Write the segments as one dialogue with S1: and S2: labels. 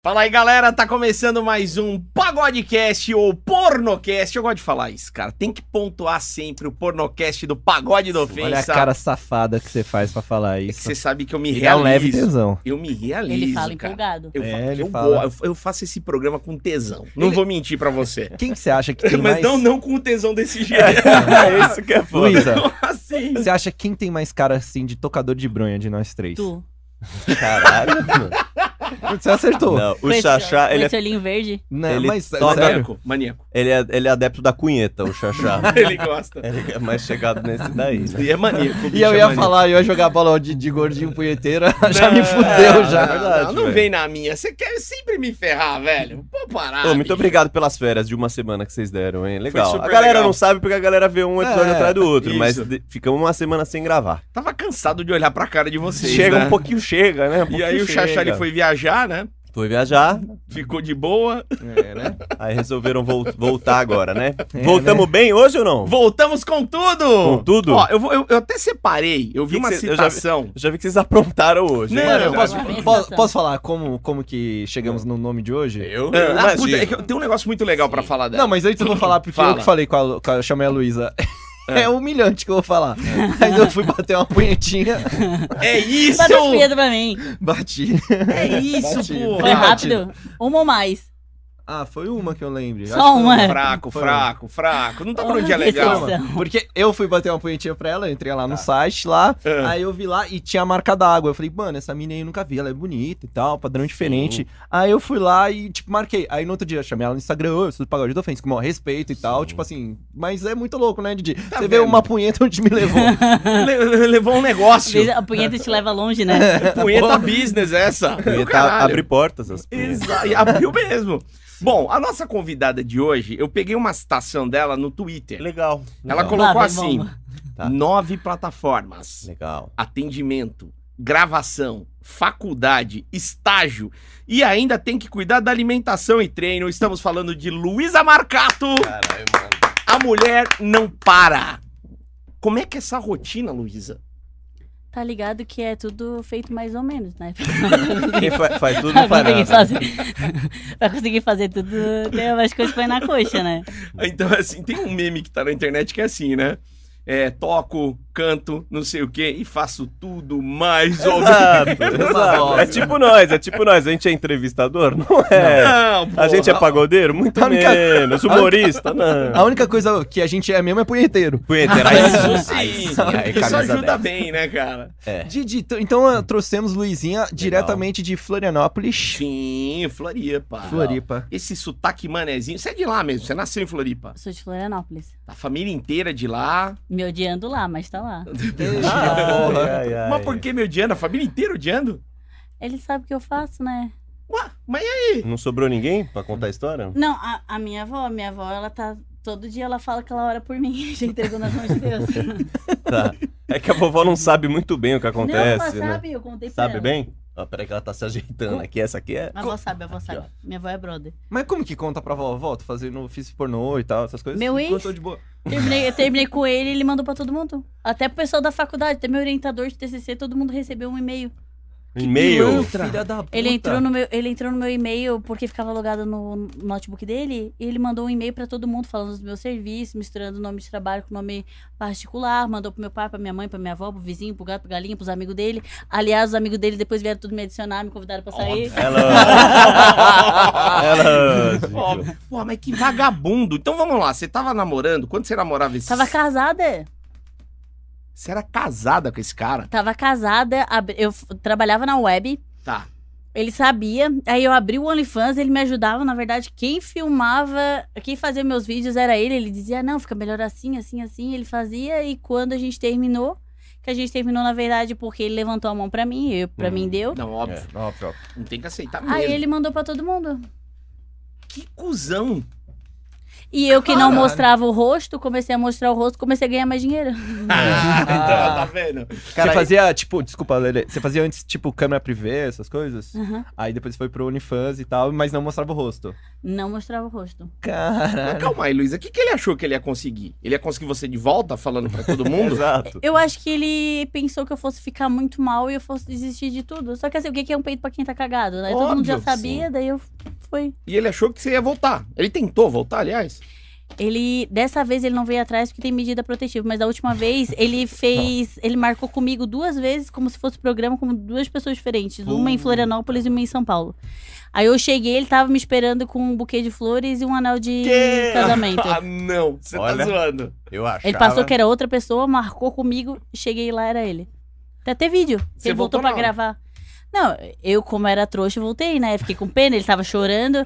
S1: Fala aí, galera. Tá começando mais um Pagodecast ou Pornocast. Eu gosto de falar isso, cara. Tem que pontuar sempre o Pornocast do Pagode do Ofensa.
S2: Olha a cara safada que você faz pra falar
S1: É que
S2: isso.
S1: você sabe que eu me
S2: Me dá um leve
S1: realizo.
S2: tesão.
S1: Eu me realizo,
S3: Ele fala
S1: cara.
S3: empolgado.
S1: Eu,
S2: É,
S1: falo,
S2: ele
S1: eu,
S2: fala.
S1: go- eu faço esse programa com tesão. Não vou mentir pra você.
S2: Quem que você acha que tem
S1: Mas
S2: mais...
S1: não, não com tesão desse jeito. é isso que é
S2: foda. Luísa.
S1: assim.
S2: Você acha quem tem mais cara, assim, de tocador de bronha de nós três?
S3: Tu.
S4: Caralho, mano.
S2: Você acertou.
S4: Não,
S3: Com
S4: o
S3: esse-
S4: Xaxá,
S3: com
S4: ele, é-
S3: esse olhinho verde.
S2: Não,
S4: Ele
S2: mas,
S4: toca-
S2: sério?
S1: Maníaco, maníaco.
S4: ele é, ele é adepto da cunheta, o Xaxá.
S1: Ele gosta.
S4: ele é mais chegado nesse daí, né?
S1: E é maníaco. o
S2: E
S1: bicho
S2: eu
S1: é
S2: ia
S1: maníaco.
S2: falar, eu ia jogar a bola de, de gordinho punheteira,
S4: Ah,
S2: já me fudeu
S1: é
S4: não,
S2: já.
S4: não, verdade,
S1: não, não
S4: velho.
S1: vem na minha. Você quer sempre me ferrar, velho. Pô, parar.
S4: Ô, muito
S1: bicho.
S4: obrigado pelas férias de uma semana que vocês deram, hein? Legal.
S1: super
S4: A galera
S1: legal.
S4: não sabe porque a galera vê um episódio
S2: É,
S4: atrás do outro, mas
S1: isso.
S4: de- ficamos uma semana sem gravar.
S1: Tava cansado de olhar pra cara de vocês.
S4: chega
S1: né?
S4: um pouquinho, chega, né? Um
S1: E
S4: pouquinho
S1: aí o Xaxá
S4: chega.
S1: ele foi viajar, né?
S4: Foi viajar,
S1: Ficou de boa.
S2: É, né?
S4: aí resolveram vol- voltar agora, né?
S1: É,
S4: Voltamos bem hoje ou não?
S1: Voltamos com tudo!
S4: Com tudo?
S1: Ó, eu, vou- eu- eu até separei. Eu vi
S4: Que
S1: uma
S4: que cê- eu já vi-
S1: citação.
S4: Eu Já vi que vocês aprontaram hoje.
S1: Não,
S4: hein?
S2: Mano,
S1: não,
S2: eu
S1: não,
S2: posso,
S3: não, não.
S2: posso, posso falar como, como que chegamos no nome de hoje?
S4: Eu?
S1: Ah,
S4: eu
S1: ah, puta,
S4: imagino.
S1: é que eu- tem um negócio muito legal pra falar dela.
S2: Não, mas antes eu vou falar, porque
S1: Fala.
S2: eu que falei com a, Lu- com a- eu chamei a Luísa. É. humilhante que eu vou falar. Aí eu fui bater uma punhetinha,
S1: É isso!
S3: Bate as pedras pra mim.
S2: bati.
S1: É isso,
S2: Batido.
S1: pô!
S3: Foi
S2: Ah,
S3: rápido. Uma ou mais.
S2: Ah, foi uma que eu lembro.
S3: Só
S2: Acho que foi
S3: uma.
S1: Fraco,
S2: Foi.
S1: fraco, fraco. Não tá pra um
S3: Ah,
S1: dia legal.
S3: esse é o
S2: Porque eu fui bater uma punhetinha pra ela, eu entrei lá no site lá,
S1: Tá. Ah.
S2: aí eu vi lá e tinha a marca d'água. Eu falei, mano, essa mina aí eu nunca vi, ela é bonita e tal, padrão diferente. Aí eu fui lá e, tipo, marquei. Aí no outro dia eu chamei ela no Instagram, "Ô, eu sou do pagode do ofensa, com o maior respeito e tal. Tipo assim, mas é muito louco, né, Didi? Você vê
S1: Tá vendo?
S2: uma punheta onde me levou.
S1: Le- levou um
S3: Às
S1: negócio.
S3: vezes a punheta te leva longe, né?
S1: Punheta business essa.
S4: Ia
S1: Do
S4: tá-
S1: caralho.
S4: abrir portas. As
S1: Exa-
S4: É.
S1: e abriu mesmo. Bom, a nossa convidada de hoje, eu peguei uma citação dela no Twitter.
S4: Legal.
S1: Ela
S4: legal,
S1: colocou
S3: Lá vem
S1: assim:
S3: bomba.
S4: Tá.
S1: nove plataformas.
S4: Legal.
S1: atendimento, gravação, faculdade, estágio e ainda tem que cuidar da alimentação e treino. Estamos falando de Luísa Marcato.
S4: Caralho, mano.
S1: A mulher não para. Como é que é essa rotina, Luísa?
S3: Tá ligado que é tudo feito mais ou menos, né?
S4: Quem fa- faz tudo
S3: Pra
S4: não faz
S3: conseguir
S4: nada.
S3: fazer, pra conseguir fazer tudo, tem umas coisas que põe na coxa, né?
S1: Então, assim, tem um meme que tá na internet que é assim, né? É, toco, canto, não sei o quê e faço tudo mais ou
S4: Exato,
S2: Nossa.
S4: exato. É tipo nós, é tipo nós. A gente é entrevistador? Não é.
S1: Não,
S4: A gente é pagodeiro? Muito
S2: A única-
S4: menos. Humorista?
S2: A
S4: Não.
S2: única coisa que a gente é mesmo é punheteiro.
S4: Punheteiro, aí
S1: Ah, Isso
S4: sim, aí
S1: um. sim.
S4: sim, aí
S1: Isso
S4: camisa
S1: ajuda
S4: 10.
S1: bem, né, cara?
S2: Didi, t- então ah, trouxemos Luizinha diretamente de Florianópolis.
S1: Sim, Floripa.
S2: Floripa.
S1: Esse sotaque manezinho. Você é de lá mesmo, você nasceu em Floripa.
S3: Sou de Florianópolis.
S1: A família inteira de lá.
S3: Me odiando lá, mas tá lá.
S1: Ah,
S4: Ai,
S2: Ah, porra.
S4: ai, ai.
S1: Mas por que me odiando? A família inteira odiando?
S3: Ele sabe o que eu faço, né?
S1: Ué, mas é
S4: Não sobrou ninguém pra contar a história?
S3: Não, a, a minha avó, a minha avó, ela tá. Todo dia ela fala que ela ora por mim. Já entregou nas mãos de Deus.
S4: Tá. É que a vovó não sabe muito bem o que
S3: não, ela
S4: acontece, né?
S3: sabe, então. eu contei pra
S4: Sabe
S3: ela.
S4: bem? Ó, peraí que ela tá se ajeitando aqui. Essa aqui é...
S3: A avó sabe, a avó sabe.
S4: ó.
S3: Minha avó é brother.
S2: Mas como que conta pra vovó? Tô fazendo ofício pornô e tal, essas coisas?
S3: Meu ex?
S2: Contou de boa.
S3: Terminei, eu terminei com ele, ele mandou pra todo mundo. Até pro pessoal da faculdade, até meu orientador de TCC, todo mundo recebeu um e-mail.
S4: E-mail.
S2: Pilantra. Filha da puta.
S3: Ele entrou no meu, ele entrou no meu e-mail porque ficava logado no notebook dele, e ele mandou um e-mail pra todo mundo falando dos meus serviços, misturando o nome de trabalho com o nome particular, mandou pro meu pai, pra minha mãe, pra minha avó, pro vizinho, pro gato, pro galinha, pros amigos dele. Aliás, os amigos dele depois vieram tudo me adicionar, me convidaram pra sair.
S4: Ela... Ela...
S1: óbvio. Pô, mas que vagabundo. Então vamos lá, você tava namorando? Quando você namorava esse...
S3: Tava casada.
S1: Você era casada com esse cara?
S3: Tava casada, ab- eu f- trabalhava na web,
S1: Tá.
S3: ele sabia. Aí eu abri o OnlyFans, ele me ajudava. Na verdade, quem filmava, quem fazia meus vídeos era ele. Ele dizia, não, fica melhor assim, assim, assim. Ele fazia. E quando a gente terminou, que a gente terminou, na verdade, porque ele levantou a mão pra mim, e eu- pra
S4: Hum.
S3: mim deu.
S1: Não, óbvio.
S4: É, ó, ó.
S1: Não tem que aceitar mesmo.
S3: Aí ele mandou pra todo mundo.
S1: Que cuzão.
S3: E eu que não
S2: Caralho.
S3: mostrava o rosto, comecei a mostrar o rosto, comecei a ganhar mais dinheiro.
S1: Ah, então, tá vendo?
S2: você fazia, tipo, desculpa, Lele, você fazia antes, tipo, câmera privê, essas coisas?
S3: Aham.
S2: Aí depois foi pro OnlyFans e tal, mas não mostrava o rosto.
S3: Não mostrava o rosto.
S1: Mas
S2: Caralho.
S1: calma aí, Luísa. O que, que ele achou que ele ia conseguir? Ele ia conseguir você de volta, falando pra todo mundo?
S4: Exato.
S3: Eu acho que ele pensou que eu fosse ficar muito mal e eu fosse desistir de tudo. Só que assim, o que que é um peito pra quem tá cagado, né? Todo mundo já
S1: Óbvio,
S3: sabia, daí eu fui.
S1: e ele achou que você ia voltar. Ele tentou voltar, aliás.
S3: Ele, dessa vez, ele não veio atrás porque tem medida protetiva, mas da última vez ele fez. Ele marcou comigo duas vezes, como se fosse programa, com duas pessoas diferentes. Uma em Florianópolis e uma em São Paulo. Aí eu cheguei, ele tava me esperando com um buquê de flores e um anel de
S1: Que?
S3: casamento.
S1: Ah, não. Você tá
S4: Olha.
S1: zoando.
S4: Eu acho.
S3: Ele passou que era outra pessoa, marcou comigo, cheguei lá, era ele. Tem até vídeo.
S1: Você
S3: ele
S1: voltou
S3: voltou pra
S1: na hora?
S3: gravar. Não, eu, como era trouxa, voltei, né? Fiquei com pena, ele tava chorando.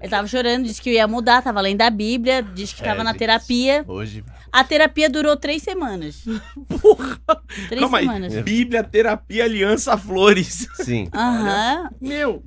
S3: Ele tava chorando, disse que eu ia mudar, tava lendo a Bíblia, disse que
S4: É,
S3: tava na
S4: gente.
S3: terapia.
S4: Hoje.
S3: A terapia durou três semanas.
S1: Porra.
S3: Três
S1: Calma aí.
S3: semanas.
S1: Bíblia, terapia, aliança, flores.
S4: Sim.
S3: Aham.
S1: Meu.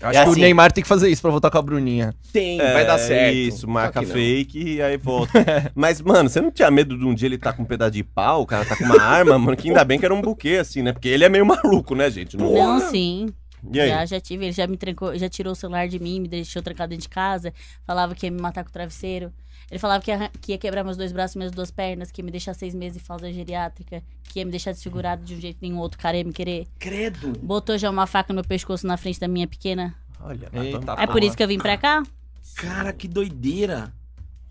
S2: Acho
S4: É
S2: que
S4: assim.
S2: o Neymar tem que fazer isso pra voltar com a Bruninha.
S1: Tem.
S4: É,
S1: vai dar certo.
S4: Isso, marca
S1: Só que não.
S4: fake e aí volta. Mas, mano, você não tinha medo de um dia ele tá com um pedaço de pau, o cara tá com uma arma, mano, que ainda bem que era um buquê, assim, né? Porque ele é meio maluco, né, gente? Não-
S3: Não, sim.
S4: E aí?
S3: Já, já tive, ele já me trancou, já tirou o celular de mim, me deixou trancado dentro de casa, falava que ia me matar com o travesseiro. Ele falava que ia, arran- que ia quebrar meus dois braços, minhas duas pernas, que ia me deixar seis meses em falta geriátrica, que ia me deixar desfigurado de um jeito que nenhum outro cara ia me querer.
S1: Credo.
S3: Botou já uma faca no meu pescoço na frente da minha pequena.
S4: Olha, lá,
S2: Eita,
S4: toma-
S3: É por
S2: porra.
S3: isso que eu vim pra cá?
S1: Cara, que doideira.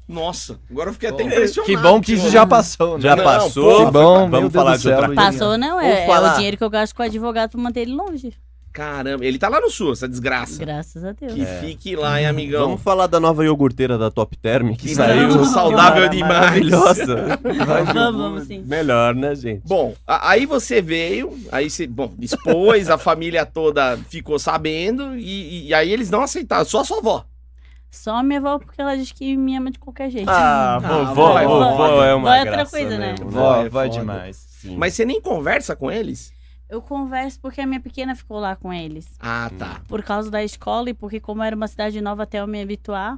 S1: Nossa, agora eu fiquei até
S2: Bom,
S1: impressionado.
S2: Que bom que isso já passou, né?
S4: Já
S1: Não,
S4: passou.
S1: pô,
S2: que bom, meu Deus
S4: Vamos falar
S2: do
S4: de
S2: céu,
S4: outra
S2: Luiz.
S3: Passou, não? É,
S4: Vou falar.
S3: é o dinheiro que eu gasto com o advogado pra manter ele longe.
S1: Caramba, ele tá lá no sul, essa desgraça.
S3: Graças a Deus.
S1: Que fique lá, hein, amigão.
S4: Vamos falar da nova iogurteira da Top Term que
S1: Que
S4: saiu.
S1: não, saudável
S4: Mara-
S1: demais.
S4: Maravilhosa.
S3: Vamos, vamos sim.
S4: Melhor, né, gente?
S1: Bom, a- aí você veio, aí você, bom, expôs, a família toda ficou sabendo, e, e aí eles não aceitaram, só a sua avó.
S3: Só minha avó, porque ela diz que me ama de qualquer jeito.
S4: Ah,
S1: vovó,
S4: vovó, vovó
S1: vovó
S4: é
S3: Vó
S4: uma
S3: é outra
S4: graça
S3: coisa, né?
S4: mesmo,
S2: Vó,
S1: É
S2: vó é
S1: foda.
S2: demais.
S4: Sim.
S1: Mas você nem conversa com eles?
S3: Eu converso porque a minha pequena ficou lá com eles.
S1: Ah, tá.
S3: por causa da escola e porque como era uma cidade nova até eu me habituar.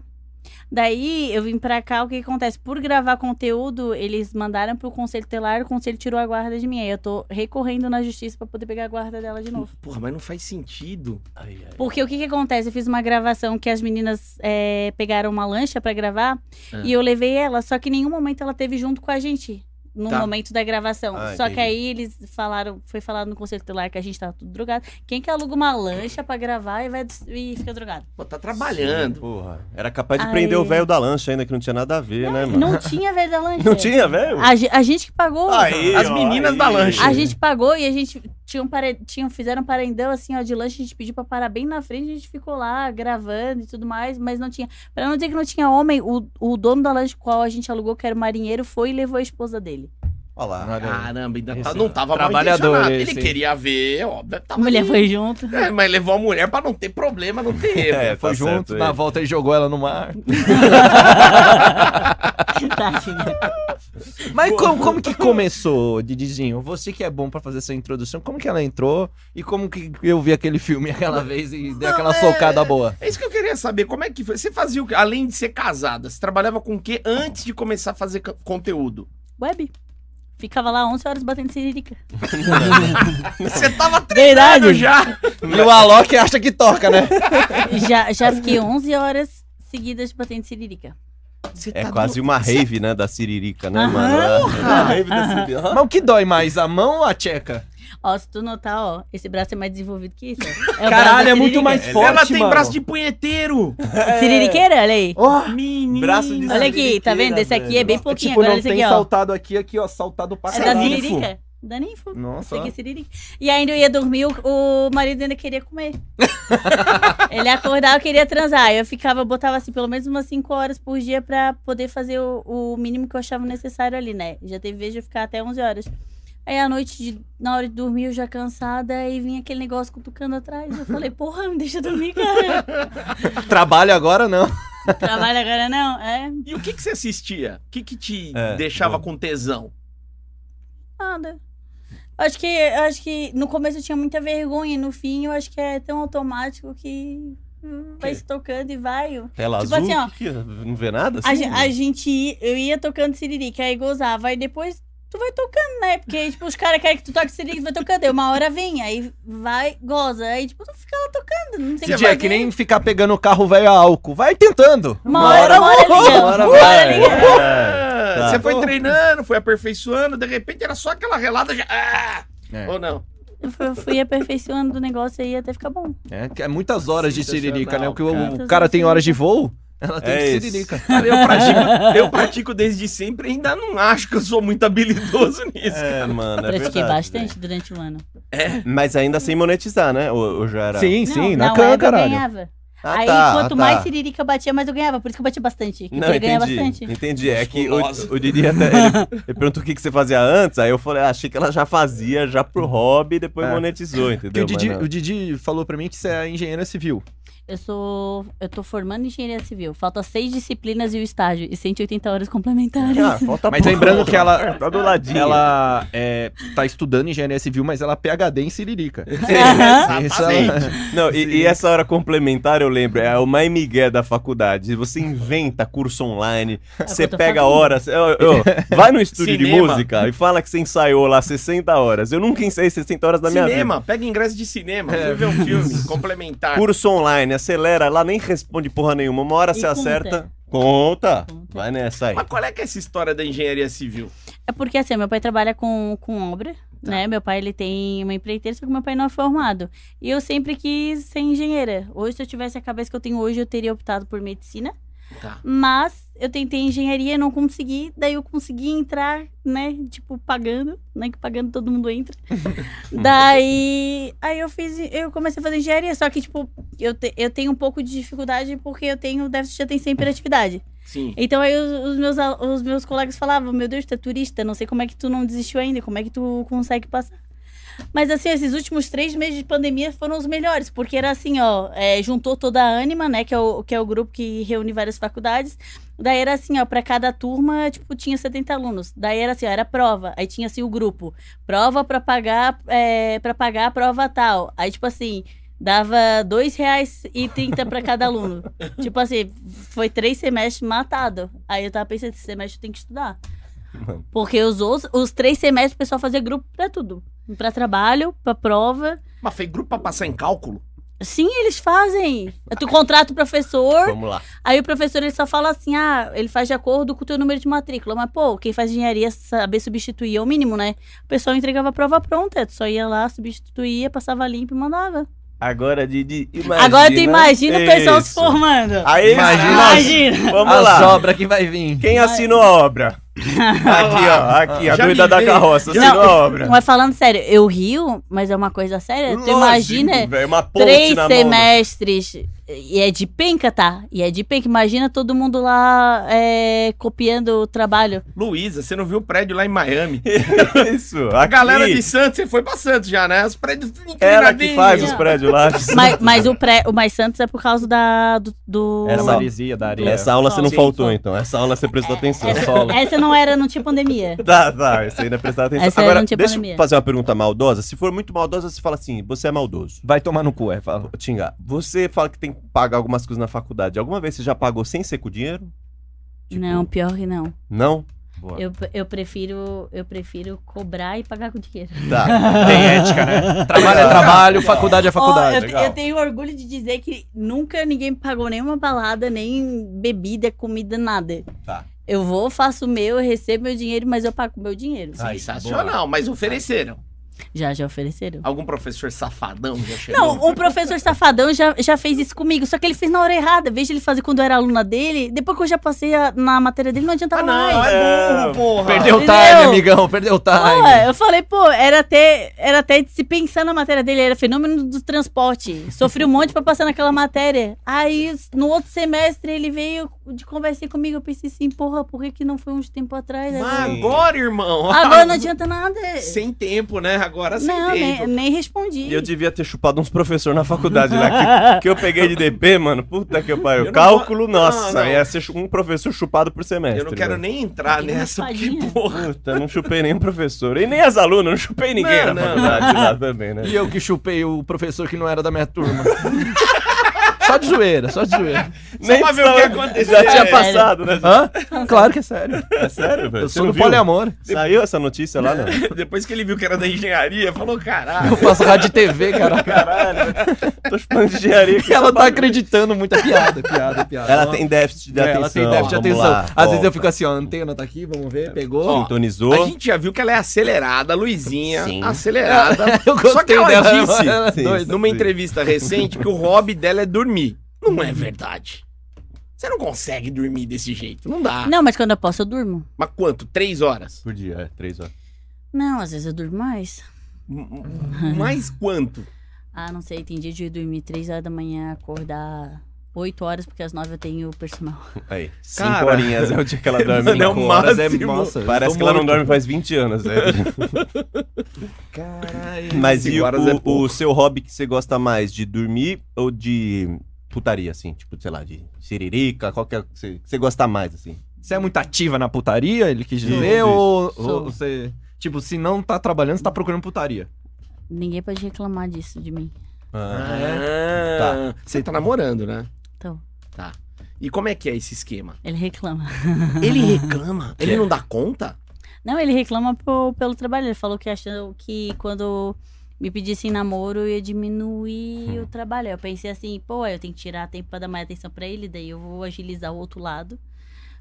S3: Daí eu vim pra cá, o que que acontece? Por gravar conteúdo, eles mandaram pro conselho telar, o conselho tirou a guarda de mim. Aí eu tô recorrendo na justiça pra poder pegar a guarda dela de novo.
S1: Hum, Porra, mas não faz sentido.
S4: Ai, ai.
S3: Porque o que que acontece? Eu fiz uma gravação que as meninas é, pegaram uma lancha pra gravar
S4: É.
S1: Ah.
S3: e eu levei ela, só que em nenhum momento ela teve junto com a gente. No
S1: Tá.
S3: momento da gravação.
S4: Ah,
S3: Só que
S4: entendi.
S3: aí eles falaram, foi falado no conselho telar que a gente tava tudo drogado. Quem que aluga uma lancha pra gravar e vai e fica drogado?
S1: Pô, tá trabalhando.
S4: Porra. Era capaz de
S3: Aí.
S4: prender o velho da lancha ainda, que não tinha nada a ver, né, mano?
S3: Não tinha verde da lancha.
S4: Não tinha, velho?
S3: A, ge- a gente que pagou.
S4: Aí,
S1: As
S4: ó,
S1: meninas
S4: aí.
S1: da lancha.
S3: A gente pagou e a gente tinha um pare... tinha, fizeram um parendão assim, ó, de lanche, a gente pediu pra parar bem na frente, a gente ficou lá gravando e tudo mais, mas não tinha. Pra não dizer que não tinha homem, o, o dono da lancha qual a gente alugou, que era o marinheiro, foi e levou a esposa dele.
S4: Olha lá.
S2: Olha aí.
S1: Caramba, ainda tá-
S2: Esse
S1: não tava mal
S2: trabalhador
S1: intencionado.
S2: esse,
S1: Ele
S2: hein?
S1: queria ver, óbvio.
S3: A
S1: Tava
S3: mulher
S1: ali.
S3: foi junto.
S1: É, mas levou a mulher pra não ter problema, não ter erro.
S4: É,
S2: Foi
S4: tá certo
S2: junto, na
S4: ele.
S2: volta ele jogou ela no mar.
S3: Tadinha.
S2: Mas como, como que começou, Didizinho? Você que é bom pra fazer essa introdução, como que ela entrou? E como que eu vi aquele filme aquela vez e dei aquela
S1: é-
S2: socada boa?
S1: É isso que eu queria saber, como é que foi? Você fazia o que? Além de ser casada, você trabalhava com o quê antes de começar a fazer co- conteúdo?
S3: Web. Ficava lá 11 horas batendo siririca.
S1: Você tava treinando
S3: Verdade.
S1: já!
S2: E o Alok acha que toca, né?
S3: Já, já fiquei 11 horas seguidas batendo siririca.
S1: Você
S4: É
S1: tá
S4: quase uma rave, né, da Siririca, né,
S3: Aham.
S4: mano? Uma rave da Siririca.
S2: Mas o que dói mais, a mão ou a tcheca?
S3: Ó, se tu notar, ó, esse braço é mais desenvolvido que isso. ó. É o braço
S2: Caralho,
S3: da
S2: é muito
S3: siririca.
S2: mais
S4: Ela
S2: forte,
S1: Ela tem
S2: mano.
S1: braço de punheteiro!
S2: É.
S3: Siririqueira, olha aí.
S2: Ó,
S1: Menino!
S4: Braço de
S3: Olha aqui, tá vendo? Esse aqui é bem
S2: é
S3: pouquinho.
S2: tipo,
S3: Agora
S2: não
S3: esse
S2: tem
S3: aqui, ó.
S2: saltado aqui, aqui, ó, saltado pra
S3: É da
S1: ninfo.
S3: siririca. Da ninfo. Esse
S2: Nossa,
S3: aqui é siririca. E ainda eu ia dormir, o, o marido ainda queria comer. Ele acordava, queria transar. Eu ficava, botava assim, pelo menos umas 5 horas por dia pra poder fazer o, o mínimo que eu achava necessário ali, né? Já teve vez de eu ficar até 11 horas. Aí à noite, de- na hora de dormir, eu já cansada, e vinha aquele negócio cutucando atrás. Eu falei, porra, me deixa dormir, cara.
S2: trabalho agora não.
S3: Trabalho agora não, é?
S1: E o que, que você assistia? O que, que te
S4: É,
S1: deixava
S4: bom.
S1: com tesão?
S3: Nada. Acho que, acho que no começo eu tinha muita vergonha, no fim eu acho que é tão automático que vai se tocando e vai.
S4: Tela
S3: Tipo
S4: azul,
S3: assim, ó.
S4: que que é? não vê nada?
S3: A,
S4: assim?
S3: gen- a gente, ia- eu ia tocando siririca, aí gozava, e depois tu vai tocando, né? Porque, tipo, os caras querem que tu toque siririca, tu vai tocando. Aí uma hora vem, aí vai, goza. Aí, tipo, tu fica lá tocando, não tem
S1: Você
S2: Dia,
S3: o
S1: vai
S2: é
S3: fazer.
S2: que nem ficar pegando o carro velho a álcool. Vai tentando.
S3: Uma hora, uma hora liga.
S2: Uma hora vai.
S3: liga.
S4: É.
S1: Ah,
S2: tá.
S1: Você foi
S2: Pô.
S1: treinando, foi aperfeiçoando, de repente era só aquela relada já. Ah!
S2: É.
S1: Ou não?
S3: Eu fui, eu fui aperfeiçoando o negócio aí até ficar bom.
S2: É, que é muitas horas de
S1: Sensacional,
S2: siririca, né? O que o-
S3: cara.
S2: o cara tem horas de voo, ela tem
S4: É isso.
S2: siririca.
S1: Cara, eu pratico, eu pratico desde sempre e ainda não acho que eu sou muito habilidoso nisso.
S4: É, mano, é
S3: Pratiquei
S4: verdade,
S3: bastante durante o ano.
S4: né? Mas ainda sem monetizar, né? Ou, ou já era?
S2: Sim,
S3: Não,
S2: sim, na
S3: na
S2: cana,
S3: web eu
S2: caralho.
S3: ganhava.
S4: Ah,
S3: aí,
S4: tá,
S3: quanto
S4: ah,
S3: mais
S4: tá.
S3: siririca batia, mais eu ganhava. Por isso que eu batia bastante. porque
S4: Não,
S3: eu ganhava
S4: entendi.
S3: bastante.
S4: Entendi. É que o,
S1: Musculosa.
S4: o Didi até ele, ele perguntou o que, que você fazia antes, aí eu falei, ah, achei que ela já fazia já pro hobby e depois
S2: É.
S4: monetizou, entendeu?
S2: Porque o Didi,
S4: Mas não.
S2: o Didi falou pra mim que você é engenheiro civil.
S3: Eu sou. Eu tô formando em engenharia civil. Falta seis disciplinas e o estágio. E 180 horas complementares.
S4: Ah, falta
S2: Mas
S4: pouco.
S2: lembrando que ela,
S4: Tá do ladinho.
S2: ela é, tá estudando engenharia civil, mas ela é PHD em siririca. é
S1: Aham.
S2: Isso ela-
S1: Exatamente.
S4: Então, Não, e, e essa hora complementar, eu lembro, é o mais migué da faculdade. Você inventa curso online,
S3: É o que
S4: você
S3: eu tô
S4: pega
S3: fazendo.
S4: horas. Ô, ô, vai no estúdio de
S1: Cinema.
S4: música e fala que você ensaiou lá 60 horas. Eu nunca ensaiei 60 horas da minha vida.
S1: Cinema, pega ingresso de cinema,
S2: É.
S1: fui ver um filme complementar.
S4: Curso online, acelera lá, nem responde porra nenhuma. Uma hora
S3: E
S4: você
S3: conta.
S4: Tá acerta. Conta.
S3: Conta.
S4: Vai nessa aí.
S1: Mas qual é que é essa história da engenharia civil?
S3: É porque assim, meu pai trabalha com, com obra,
S4: Tá.
S3: né? Meu pai ele tem uma empreiteira, só que meu pai não é formado. E eu sempre quis ser engenheira. Hoje, se eu tivesse a cabeça que eu tenho hoje, eu teria optado por medicina.
S1: Tá.
S3: Mas eu tentei engenharia, não consegui. Daí eu consegui entrar, né? Tipo, pagando, né? Que pagando todo mundo entra. daí. Aí eu fiz. Eu comecei a fazer engenharia. Só que, tipo, eu, te- eu tenho um pouco de dificuldade porque eu tenho déficit de atenção e hiperatividade.
S1: Sim.
S3: Então aí os, os meus, al- os meus colegas falavam, meu Deus, tu é turista, não sei como é que tu não desistiu ainda, como é que tu consegue passar. Mas assim, esses últimos três meses de pandemia foram os melhores, porque era assim, ó, é, juntou toda a Anima, né, que é, o, que é o grupo que reúne várias faculdades. Daí era assim, ó, pra cada turma, tipo, tinha 70 alunos. Daí era assim, ó, era prova. Aí tinha assim o grupo, prova pra pagar, é, para pagar a prova tal. Aí tipo assim, dava dois reais e trinta pra cada aluno. Tipo assim, foi três semestres matado. Aí eu tava pensando, esse semestre eu tenho que estudar.
S4: Mano.
S3: Porque os, outros, os três semestres o pessoal fazia grupo pra tudo. Pra trabalho, pra prova.
S1: Mas foi grupo pra passar em cálculo?
S3: Sim, eles fazem. Tu contrata o professor,
S4: Vamos lá.
S3: aí o professor ele só fala assim, ah, ele faz de acordo com o teu número de matrícula. Mas, pô, quem faz engenharia saber substituir é o mínimo, né? O pessoal entregava a prova pronta, tu só ia lá, substituía, passava limpo e mandava.
S4: Agora, Didi, imagina.
S3: Agora tu imagina o pessoal se
S4: Isso.
S3: formando.
S4: Aí,
S2: Imagina.
S3: Imagina.
S4: Vamos
S2: a
S4: lá.
S2: sobra que vai vir.
S4: Quem assinou a obra? Aqui, ó. Aqui, a
S1: Já
S4: doida da
S1: livrei.
S4: carroça.
S1: Já-
S4: Assinou a obra.
S3: Mas falando sério, eu rio, mas é uma coisa séria. tu
S4: Lógico,
S3: imagina
S4: velho, uma ponte
S3: três
S4: na mão. né?
S3: semestres e é de penca, tá? E é de penca. Imagina todo mundo lá é, copiando o trabalho.
S1: Luísa, você não viu o prédio lá em Miami?
S4: Isso.
S1: A galera de Santos, você foi pra Santos já, né? Os prédios tudo
S4: Ela que
S1: inclinadinhos.
S4: faz os
S3: Não.
S4: prédios lá.
S3: Mas, mas o, pré, o Mais Santos é por causa da, do. do-
S4: Era
S2: Da
S4: só-
S2: maresia, da areia.
S4: Essa aula você não
S3: Sim,
S4: faltou,
S3: só.
S4: então. Essa aula você
S3: É,
S4: prestou atenção.
S3: essa, essa não era, não tinha pandemia.
S4: Tá, tá. Isso ainda prestar atenção.
S3: Essa
S4: Agora,
S3: não tinha
S4: deixa eu
S3: pandemia.
S4: fazer uma pergunta maldosa. Se for muito maldosa, você fala assim: você é maldoso.
S2: Vai tomar no cu, é, fala.
S4: Tinga, você fala que tem que pagar algumas coisas na faculdade. Alguma vez você já pagou sem ser com dinheiro? Tipo,
S3: Não, pior que não.
S4: Não? Boa.
S3: Eu, eu, prefiro, eu prefiro cobrar e pagar com dinheiro.
S4: Tá.
S2: Tem ética, né? Trabalho é trabalho, faculdade é
S3: Ó, eu-
S2: faculdade.
S3: eu, tenho orgulho de dizer que nunca ninguém me pagou nenhuma balada, nem bebida, comida, nada.
S4: Tá.
S3: Eu vou, faço o meu, eu recebo meu dinheiro, mas eu pago meu dinheiro.
S4: Ai,
S1: Ah, Sensacional, mas ofereceram.
S3: Já, já ofereceram.
S1: Algum professor safadão já chegou?
S3: Não, um professor safadão já, já fez isso comigo, só que ele fez na hora errada. Veja ele fazer quando eu era aluna dele, depois que eu já passei a- na matéria dele, não adiantava
S1: Ah, não,
S3: mais.
S1: é burro, porra.
S2: Perdeu o time,
S3: Entendeu?
S2: amigão, perdeu o
S3: Pô,
S2: time.
S3: é, eu falei, pô, era até, era até de se pensar na matéria dele, era fenômeno do transporte. Sofri um monte pra passar naquela matéria. Aí, no outro semestre, ele veio de conversar comigo. Eu pensei assim, porra, por que, que não foi uns tempo atrás?
S1: Mas
S3: Agora,
S1: Ah, agora, irmão.
S3: agora não adianta nada.
S1: Sem tempo, né? Agora sem
S3: não,
S1: tempo.
S3: nem, nem respondi.
S4: E eu devia ter chupado uns professores na faculdade lá. Que, que eu peguei de DP, mano. Puta que pariu.
S1: Eu não
S4: Cálculo,
S1: vou-
S4: nossa.
S1: não, não.
S4: Ia ser chu- um professor chupado por semestre.
S1: Eu não quero
S4: velho.
S1: nem entrar
S3: Tem uma
S1: nessa, porque,
S3: espadinha.
S1: porra.
S4: Puta, não chupei nenhum professor. E nem as alunas, não chupei ninguém
S1: Não,
S4: na
S1: não.
S4: faculdade lá também, né?
S2: E eu que chupei o professor que não era da minha turma. Só de zoeira, só de zoeira.
S1: Só pra ver o que
S4: precisava-
S1: aconteceu.
S4: Já tinha
S3: É.
S4: passado, né?
S2: Hã? Claro que é sério.
S4: É sério, velho?
S2: Eu
S4: Você
S2: sou
S4: não
S2: do
S4: viu?
S2: poliamor.
S4: Saiu essa notícia lá, não?
S1: Depois que ele viu que era da engenharia, falou,
S2: Eu
S1: caralho.
S2: faço rádio e TV, cara.
S4: Caralho. Tô chupando de engenharia aqui.
S2: Ela tá acreditando muito. É piada, é piada, é piada.
S4: Ela tem déficit de
S2: É,
S4: atenção.
S2: ela tem déficit de
S4: Vamos
S2: atenção.
S4: lá,
S2: Às vezes eu
S4: volta.
S2: fico assim, ó, a antena tá aqui, vamos ver, pegou.
S1: Ó,
S4: Sintonizou.
S1: A gente já viu que ela é acelerada, Luizinha,
S4: Sim.
S1: acelerada.
S2: Eu
S1: Só que
S2: gostei
S1: ela
S2: dela,
S1: disse
S2: ela é doida.
S1: numa entrevista recente que o hobby dela é dormir. Não
S4: Uhum.
S1: é verdade. Você não consegue dormir desse jeito. Não dá.
S3: Não, mas quando eu posso, eu durmo.
S1: Mas quanto? Três horas?
S4: Por dia, é, três horas.
S3: Não, às vezes eu durmo mais.
S1: M- m- Mais quanto?
S3: Ah, não sei, tem dia de eu dormir 3 horas da manhã, acordar 8 horas, porque às 9 eu tenho personal.
S4: Aí, cinco
S1: Cara.
S4: horinhas é o dia que ela dorme.
S1: Mano, é o
S4: cinco
S1: máximo.
S4: horas.
S2: Mas é,
S1: Máximo.
S2: nossa,
S4: Parece
S2: eu
S4: que ela não
S2: morto.
S4: dorme faz 20 anos, né?
S2: Caralho.
S4: Mas
S1: Cinco
S4: e o,
S1: horas é
S4: o
S1: pouco.
S4: seu hobby que você gosta mais, de dormir ou de putaria, assim? Tipo, sei lá, de siririca, qual que é que você, que você gosta mais, assim?
S2: Você é muito ativa na putaria, ele quis
S4: Sou,
S2: dizer,
S4: sou.
S2: ou,
S3: Sou.
S2: ou você... Tipo, se não tá trabalhando, você tá procurando putaria.
S3: Ninguém pode reclamar disso de mim.
S4: Ah,
S1: Ah, Você tá namorando, né?
S3: Então,
S1: Tá. E como é que é esse esquema?
S3: ele reclama.
S1: Ele reclama?
S4: é?
S1: Ele não dá conta?
S3: Não, ele reclama po- pelo trabalho. Ele falou que achou que quando me pedissem namoro, eu ia diminuir o trabalho. Aí Eu pensei assim, pô, eu tenho que tirar tempo pra dar mais atenção pra ele, daí eu vou agilizar o outro lado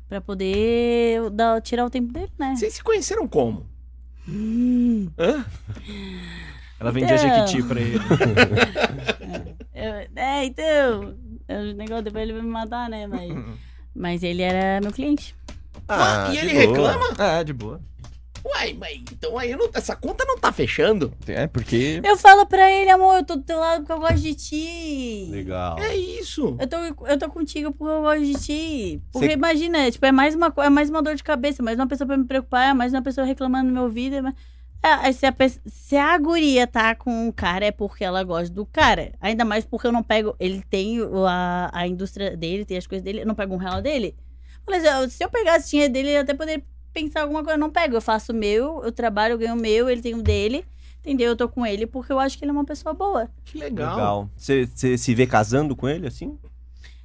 S3: pra poder eu dar- tirar o tempo dele, né?
S1: Vocês se conheceram como?
S3: Hum.
S1: Hã?
S2: Ela vendia
S3: Então.
S2: Jequiti pra ele.
S3: Eu- é, então. é O negócio depois ele vai me matar, né? Mas, mas ele era meu cliente.
S1: Ah, e
S4: de
S1: ele
S4: boa.
S1: reclama?
S2: É, de boa.
S1: Uai, mas então aí eu não- essa conta não tá fechando?
S2: É, porque...
S3: Eu falo pra ele, amor, eu tô do teu lado porque eu gosto de ti.
S4: Legal.
S1: É isso.
S3: Eu tô, eu tô contigo porque eu gosto de ti. Porque
S4: Cê-
S3: imagina, tipo, é mais, uma, co- é mais uma dor de cabeça, mais uma pessoa pra me preocupar, é mais uma pessoa reclamando no meu ouvido. é mais- É, aí se, a, pe- se a guria tá com o cara, é porque ela gosta do cara. Ainda mais porque eu não pego. Ele tem o- a, a indústria dele, tem as coisas dele, eu não pego um real dele. Mas eu- se eu pegasse dinheiro dele, eu até poderia pensar alguma coisa. Eu não pego, eu faço o meu, eu trabalho, eu ganho o meu, ele tem o dele. Entendeu? Eu tô com ele porque eu acho que ele é uma pessoa boa.
S1: Que legal.
S4: Legal. Você, você se vê casando com ele, assim?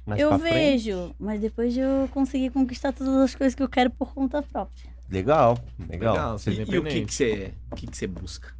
S4: Mais
S3: eu
S4: pra frente?
S3: vejo, mas depois de eu conseguir conquistar todas as coisas que eu quero por conta própria.
S4: Legal, legal.
S2: Legal,
S1: E,
S2: você
S1: e o que que você o que que você busca?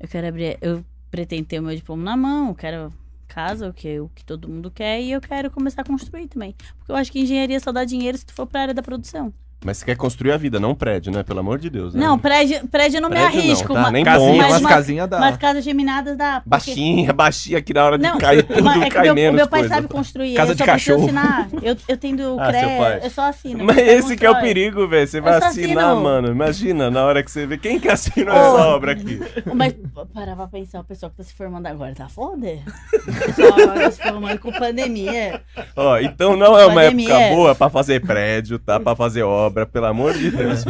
S3: Eu quero abrir, eu pretendo ter o meu diploma na mão, eu quero casa, o que, o que todo mundo quer, e eu quero começar a construir também. Porque eu acho que engenharia só dá dinheiro se tu for pra área da produção.
S4: Mas você quer construir a vida, não um prédio, né? Pelo amor de Deus. né?
S3: Não, prédio, prédio eu não
S4: Prédio
S3: me
S4: não,
S3: arrisco.
S4: tá?
S3: ma-
S4: Nem
S3: mas,
S4: bom.
S2: Casinha,
S4: Mas
S2: umas
S3: uma-
S2: casinhas dá.
S3: mas casas geminadas dá. porque-
S4: Baixinha, baixinha, que na hora de
S3: Não,
S4: cair tudo,
S3: mas é que
S4: cai
S3: meu,
S4: menos
S3: meu pai
S4: coisa.
S3: sabe construir,
S2: Casa
S3: eu
S2: de
S3: só preciso
S2: cachorro.
S3: assinar. Eu, eu tenho o
S4: Ah, seu pai.
S3: CREA, eu só assino.
S4: Mas
S3: meu pai
S4: esse que é o
S3: constrói.
S4: perigo, velho. Você vai
S3: Eu só
S4: assinar,
S3: assino.
S4: mano. Imagina, na hora que você vê. Quem que assinou
S3: Ô.
S4: essa obra aqui?
S3: Mas parar pra pensar, o pessoal que tá se formando agora tá foda? O pessoal agora tá se formando com pandemia.
S4: Ó, então não é uma
S3: Pandemia.
S4: época boa pra fazer prédio, tá? Pra fazer obra, pelo amor de Deus.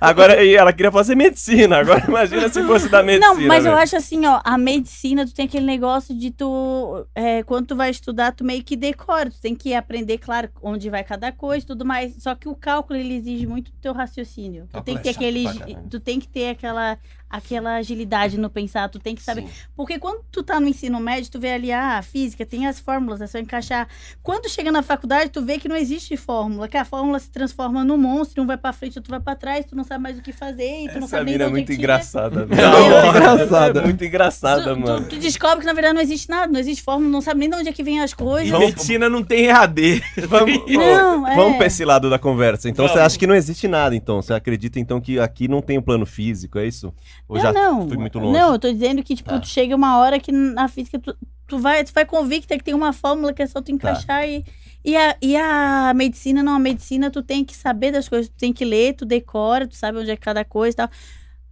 S4: Agora, e ela queria fazer medicina. Agora imagina se fosse da medicina.
S3: Não, mas eu
S4: velho.
S3: acho assim, ó, a medicina, tu tem aquele negócio de tu. é, quando tu vai estudar, tu meio que decora. Tu tem que aprender, claro, onde vai cada coisa e tudo mais. Só que o cálculo ele exige muito do teu raciocínio. Tu
S4: Cálculo
S3: tem que ter
S4: é chato
S3: aquele.
S4: pra caralho.
S3: Tu tem que ter aquela, aquela agilidade no pensar, tu tem que saber.
S4: Sim.
S3: Porque quando tu tá no ensino médio, tu vê ali, ah, física, tem as fórmulas, é só encaixar. Quando chega na faculdade, tu vê que não existe fórmula, que a fórmula se transforma num monstro, um vai pra frente, outro vai pra trás, tu não sabe mais o que fazer, e tu não
S4: Essa
S3: sabe nem
S4: mina
S3: de
S4: é
S3: onde
S4: muito
S3: que tira.
S4: engraçada, velho.
S2: Não,
S4: É
S2: engraçada.
S4: muito engraçada,
S3: Tu, tu,
S4: mano.
S3: Então, tu descobre que na verdade não existe nada, não existe fórmula, não sabe nem de onde é que vem as
S1: E
S3: coisas.
S4: Vamos-
S1: medicina não tem EAD.
S4: Vamos,
S3: Não, é.
S4: vamos pra esse lado da conversa. Então você
S1: Vamos.
S4: acha que não existe nada, então. Você acredita, então, que aqui não tem um plano físico, é isso? Ou
S3: não,
S4: já
S3: não.
S4: fui muito longe?
S3: Não, eu tô dizendo que, tipo,
S4: Tá.
S3: tu chega uma hora que na física tu, tu vai, tu vai convicta que tem uma fórmula que é
S4: Tá.
S3: só tu encaixar e. E a, e a medicina, não, a medicina tu tem que saber das coisas, tu tem que ler, tu decora, tu sabe onde é cada coisa e tal.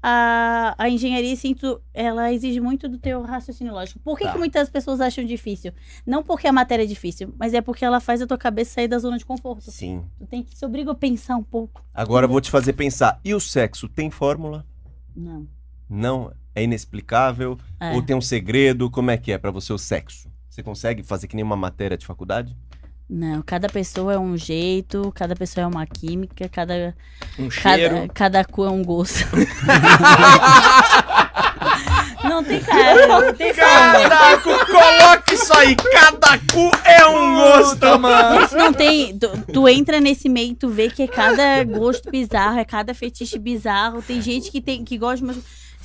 S3: A, a engenharia, sim, tu, ela exige muito do teu raciocínio lógico. Por que,
S4: Tá.
S3: que muitas pessoas acham difícil? Não porque a matéria é difícil, mas é porque ela faz a tua cabeça sair da zona de conforto.
S4: Sim.
S3: Tu tem que se obriga a pensar um pouco.
S4: Agora eu vou te fazer pensar. E o sexo tem fórmula?
S3: Não.
S4: Não? É inexplicável?
S3: É.
S4: Ou tem um segredo? Como é que é pra você o sexo? Você consegue fazer que nem uma matéria de faculdade?
S3: Não, cada pessoa é um jeito, cada pessoa é uma química, cada
S1: Um cheiro.
S3: Cada, cada cu é um gosto. Não tem cara, não tem cara.
S1: Caraca, coloque isso aí. Cada cu é um gosto.
S2: mano.
S3: Gente, não tem. Tu, tu entra nesse meio e tu vê que é cada gosto bizarro, é cada fetiche bizarro. Tem gente que, tem, que gosta, mas.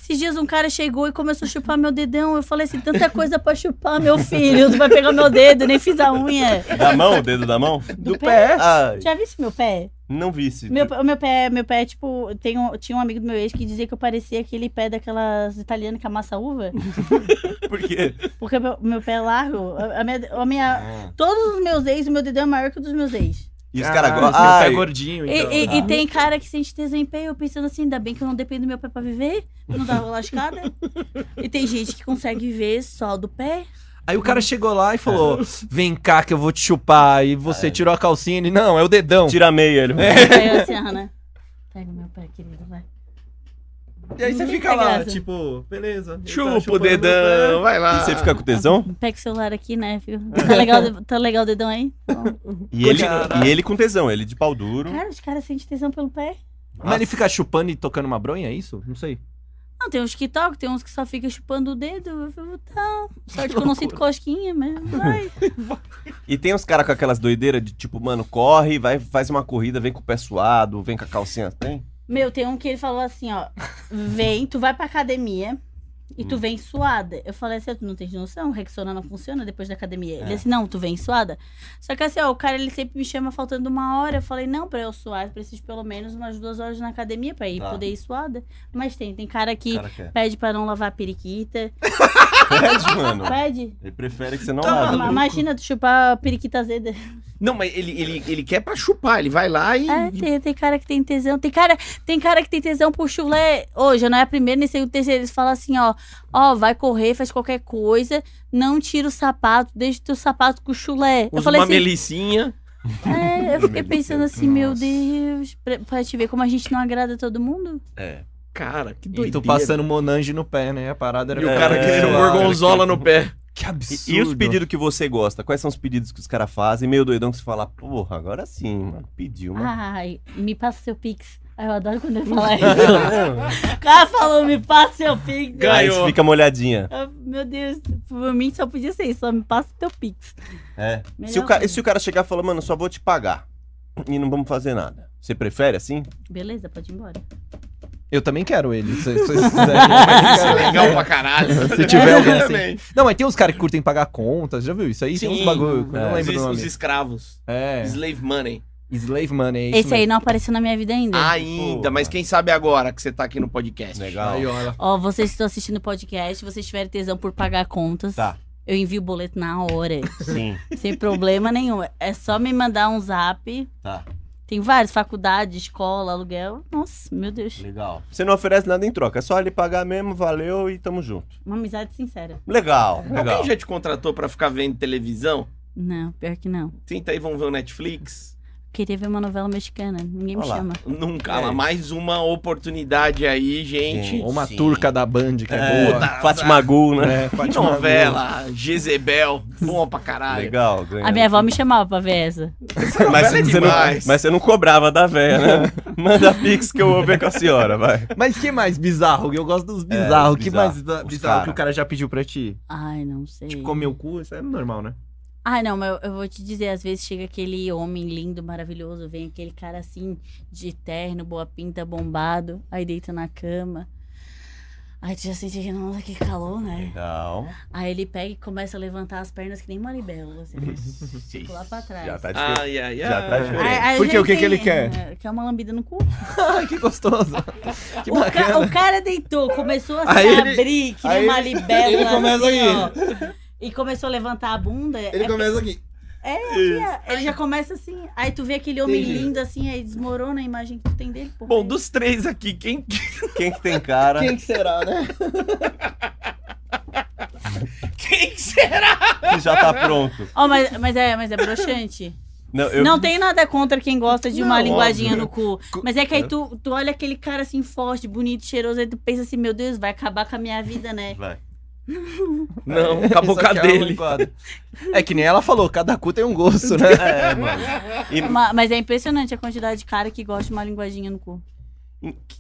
S3: Esses dias um cara chegou e começou a chupar meu dedão. Eu falei assim: tanta coisa pra chupar, meu filho. Tu vai pegar meu dedo, nem fiz a unha.
S4: Da mão, o dedo da mão?
S3: Do pé.
S4: Ai,
S3: Já visse meu pé?
S4: não vi esse.
S3: Meu, o meu pé, meu pé, tipo, tem um- tinha um amigo do meu ex que dizia que eu parecia aquele pé daquelas italianas que amassa uva.
S4: Por quê?
S3: Porque meu, meu pé é largo. A, a minha, a minha- todos os meus ex, o meu dedão é maior que o dos meus ex.
S4: E os
S1: Ah,
S4: caras
S2: Caralho,
S4: gostam.
S2: seu pé
S4: Ai,
S2: gordinho,
S3: E,
S2: então.
S3: e- e tem cara que sente desempenho pensando assim, ainda bem que eu não dependo do meu pé pra viver, pra não dar uma lascada. e tem gente que consegue ver só do pé.
S2: Aí o cara chegou lá e falou: Vem cá que eu vou te chupar. E você tirou a calcinha e ele, não, é o dedão.
S4: tira a meia. Ele...
S1: É.
S3: Aí eu assim, Ana, pega o meu pé, querido, vai.
S2: E aí você
S3: Não
S2: fica
S3: tem
S2: lá,
S3: graça.
S2: tipo, beleza. ele tá
S1: Chupa o
S2: chupando
S1: dedão,
S2: meu pé.
S1: vai lá.
S4: E você fica com tesão?
S3: Pega o celular aqui, né, filho? Tá legal, tá legal o dedão aí?
S4: E ele,
S2: Caralho.
S4: e ele com tesão, ele de pau duro.
S3: Cara, os caras sentem tesão pelo pé.
S2: Mas ele fica chupando e tocando uma bronha, é isso? Não sei.
S3: Não, tem uns que tocam, tem uns que só ficam chupando o dedo. Eu falo, tá. Sorte que eu não sinto cosquinha, mas vai.
S4: E tem uns caras com aquelas doideiras de tipo, mano, corre, vai, faz uma corrida, vem com o pé suado, vem com a calcinha. Tem?
S3: Meu, tem um que ele falou assim, ó. Vem, tu vai pra academia e tu vem suada. Eu falei assim, ó, tu não tens noção, o Rexona não funciona depois da academia. Ele disse, não, tu vem suada. Só que assim, ó, o cara, ele sempre me chama faltando uma hora. Eu falei, não, pra eu suar, eu preciso de pelo menos umas duas horas na academia pra ir
S4: Tá.
S3: poder ir suada. Mas tem, tem cara que
S4: cara quer.
S3: pede pra não lavar a periquita.
S4: Pede, mano.
S3: Pede.
S4: Ele prefere que você não
S2: Tá
S4: lave.
S2: maluco.
S3: Imagina tu chupar a periquita azeda.
S1: Não, mas ele, ele, ele quer pra chupar, ele vai lá e.
S3: É, tem, tem cara que tem tesão. Tem cara, tem cara que tem tesão por chulé. Hoje, não é a primeira, nem sei o terceiro. Eles falam assim, ó. Ó, vai correr, faz qualquer coisa. Não tira o sapato, deixa o teu sapato com chulé. eu
S1: Usa
S3: falei
S1: uma
S3: assim,
S1: melicinha.
S3: é, eu fiquei pensando assim, meu
S4: Nossa.
S3: Deus, pra, pra te ver como a gente não agrada todo mundo.
S4: É.
S1: Cara, que
S2: E
S1: doideira.
S2: tu passando Monange no pé, né? A parada era.
S1: E o cara
S4: É.
S1: querendo um
S2: Sei lá,
S1: gorgonzola no pé.
S2: Que absurdo.
S4: E, e os pedidos que você gosta? Quais são os pedidos que os caras fazem? Meio doidão que você fala, porra, agora sim, mano. Pediu, mano.
S3: Ai, me passa seu pix. Ai, eu adoro quando ele fala isso. o cara falou, me passa seu pix.
S1: Ganha.
S4: Aí você fica molhadinha.
S3: Eu- Meu Deus, por mim só podia ser isso, só me passa teu pix.
S4: É. Se
S3: Melhor
S4: o, cara,
S3: coisa.
S4: se o cara chegar e falar, mano, só vou te pagar e não vamos fazer nada. Você prefere assim?
S3: Beleza, pode ir embora.
S2: Eu também quero ele. Se, se- se- se-
S1: é Legal pra caralho.
S2: se tiver alguém
S1: Eu
S2: assim.
S1: também.
S2: Não, mas tem uns caras que curtem pagar contas, já viu isso aí? assim, tem
S1: Sim.
S2: uns bagulho, eu
S4: É.
S2: não
S1: Os,
S2: lembro
S1: es-
S2: do
S1: os
S2: nome.
S1: escravos.
S2: É,
S1: Slave money.
S2: Slave Money. é isso
S3: Esse aí
S2: mesmo.
S3: não apareceu na minha vida ainda.
S1: Ah, Ainda, mas quem sabe agora que você tá aqui no podcast.
S4: Legal.
S2: Aí, olha.
S3: Ó, vocês que estão assistindo o podcast, vocês tiverem tesão por pagar contas.
S4: Tá.
S3: Eu envio o boleto na hora,
S4: Sim.
S3: sem problema nenhum. É só me mandar um zap.
S4: Tá.
S3: Tem vários, faculdade, escola, aluguel. Nossa, meu Deus.
S4: Legal. Você não oferece nada em troca, é só ele pagar mesmo, valeu e tamo junto.
S3: Uma amizade sincera.
S4: Legal, legal.
S1: Alguém já te contratou pra ficar vendo televisão?
S3: Não, pior que não.
S1: Tenta aí, vão ver o Netflix.
S3: Queria ver uma novela mexicana, ninguém me
S4: Olha lá.
S3: chama.
S1: Nunca.
S4: É.
S1: lá, mais uma oportunidade aí, gente.
S4: Gente.
S2: Ou uma
S4: Sim.
S2: turca da Band, que é,
S4: É,
S2: boa.
S4: Fátima Gul, né?
S2: É,
S1: Que
S2: Fátima
S1: novela, Jezebel, bom pra caralho.
S4: Legal, ganhou.
S3: A minha avó me chamava pra ver essa.
S1: novela é
S4: você não,
S1: demais.
S4: mas você não cobrava da véia, né? Manda pix que eu vou ver com a senhora, vai.
S2: Gil. Mas que mais bizarro? Eu gosto É, dos
S4: os
S2: bizarros. que mais
S4: bizarros,
S2: bizarro
S4: os
S2: que
S4: cara.
S2: o cara já pediu pra ti?
S3: Ai, não sei.
S2: Tipo, comer o cu, isso é normal, né?
S3: Ai, Ah, não, mas eu- eu vou te dizer, às vezes chega aquele homem lindo, maravilhoso, vem aquele cara assim, de terno, boa pinta, bombado, aí deita na cama. Aí tu já sente que, nossa, que calor, né?
S4: Legal.
S3: Aí ele pega e começa a levantar as pernas que nem Maribel, assim,
S2: Uhum.
S3: pular pra trás.
S4: Já tá difícil.
S1: Ai, ai, ai.
S4: Já tá diferente.
S3: aí,
S2: Por quê?
S3: já
S2: O que que ele
S3: tem-
S2: quer?
S3: é, Quer uma lambida no cu.
S2: Ai, que gostoso. Que
S3: O, ca-
S2: bacana.
S3: o cara deitou, começou a se
S2: Aí ele-
S3: abrir, que
S2: aí
S3: nem uma
S2: ele-
S3: libélula.
S2: ele começa
S3: assim, ó. E começou a levantar a bunda. é
S2: começa aqui.
S3: É, assim, ele já começa assim. Aí tu vê aquele homem
S2: Entendi.
S3: lindo assim, aí desmorona a imagem que tu tem dele. Pô.
S1: Bom, dos três aqui, quem
S4: Quem que tem cara?
S2: que será, né?
S1: quem será?
S4: que já tá pronto?
S3: Ó, mas, mas é, mas é broxante.
S4: Não, eu-
S3: Não tem nada contra quem gosta de uma
S1: Não,
S3: linguadinha
S1: óbvio.
S3: no cu. Mas é que aí tu, tu olha aquele cara assim forte, bonito, cheiroso, aí tu pensa assim, meu Deus, vai acabar com a minha vida, né?
S4: Vai.
S1: Não, acabou com a
S2: Isso aqui é um
S1: dele.
S2: enquadro. É que nem ela falou, cada cu tem um gosto, né?
S4: É, mano. E-
S3: Ma- Mas é impressionante a quantidade de cara que gosta de uma linguadinha no cu.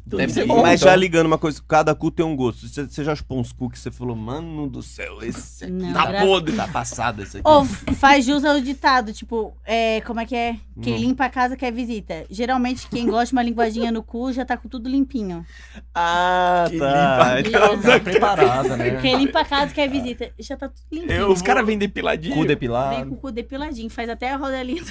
S4: Deve ser bom,
S1: bom,
S4: mas
S1: então.
S4: já ligando uma coisa, cada cu tem um gosto. Você você já chupou uns cu que você falou, mano do céu, esse aqui
S3: Não,
S1: Tá
S3: gra-
S1: podre.
S4: tá passado esse aqui.
S3: Ou faz jus ao ditado, tipo, é, como é que é? Quem
S4: Hum.
S3: limpa a casa quer visita. Geralmente, quem gosta de uma linguadinha no cu já tá com tudo limpinho.
S4: Ah,
S2: Que
S4: tá.
S3: limpa-
S4: Então,
S3: Beleza.
S2: preparada, né?
S3: Quem limpa a casa quer visita. Já tá tudo limpinho.
S1: Eu- Os caras vêm depiladinho.
S2: Cu
S3: Vem com
S2: depilado.
S3: o cu depiladinho, faz até a rodelinha do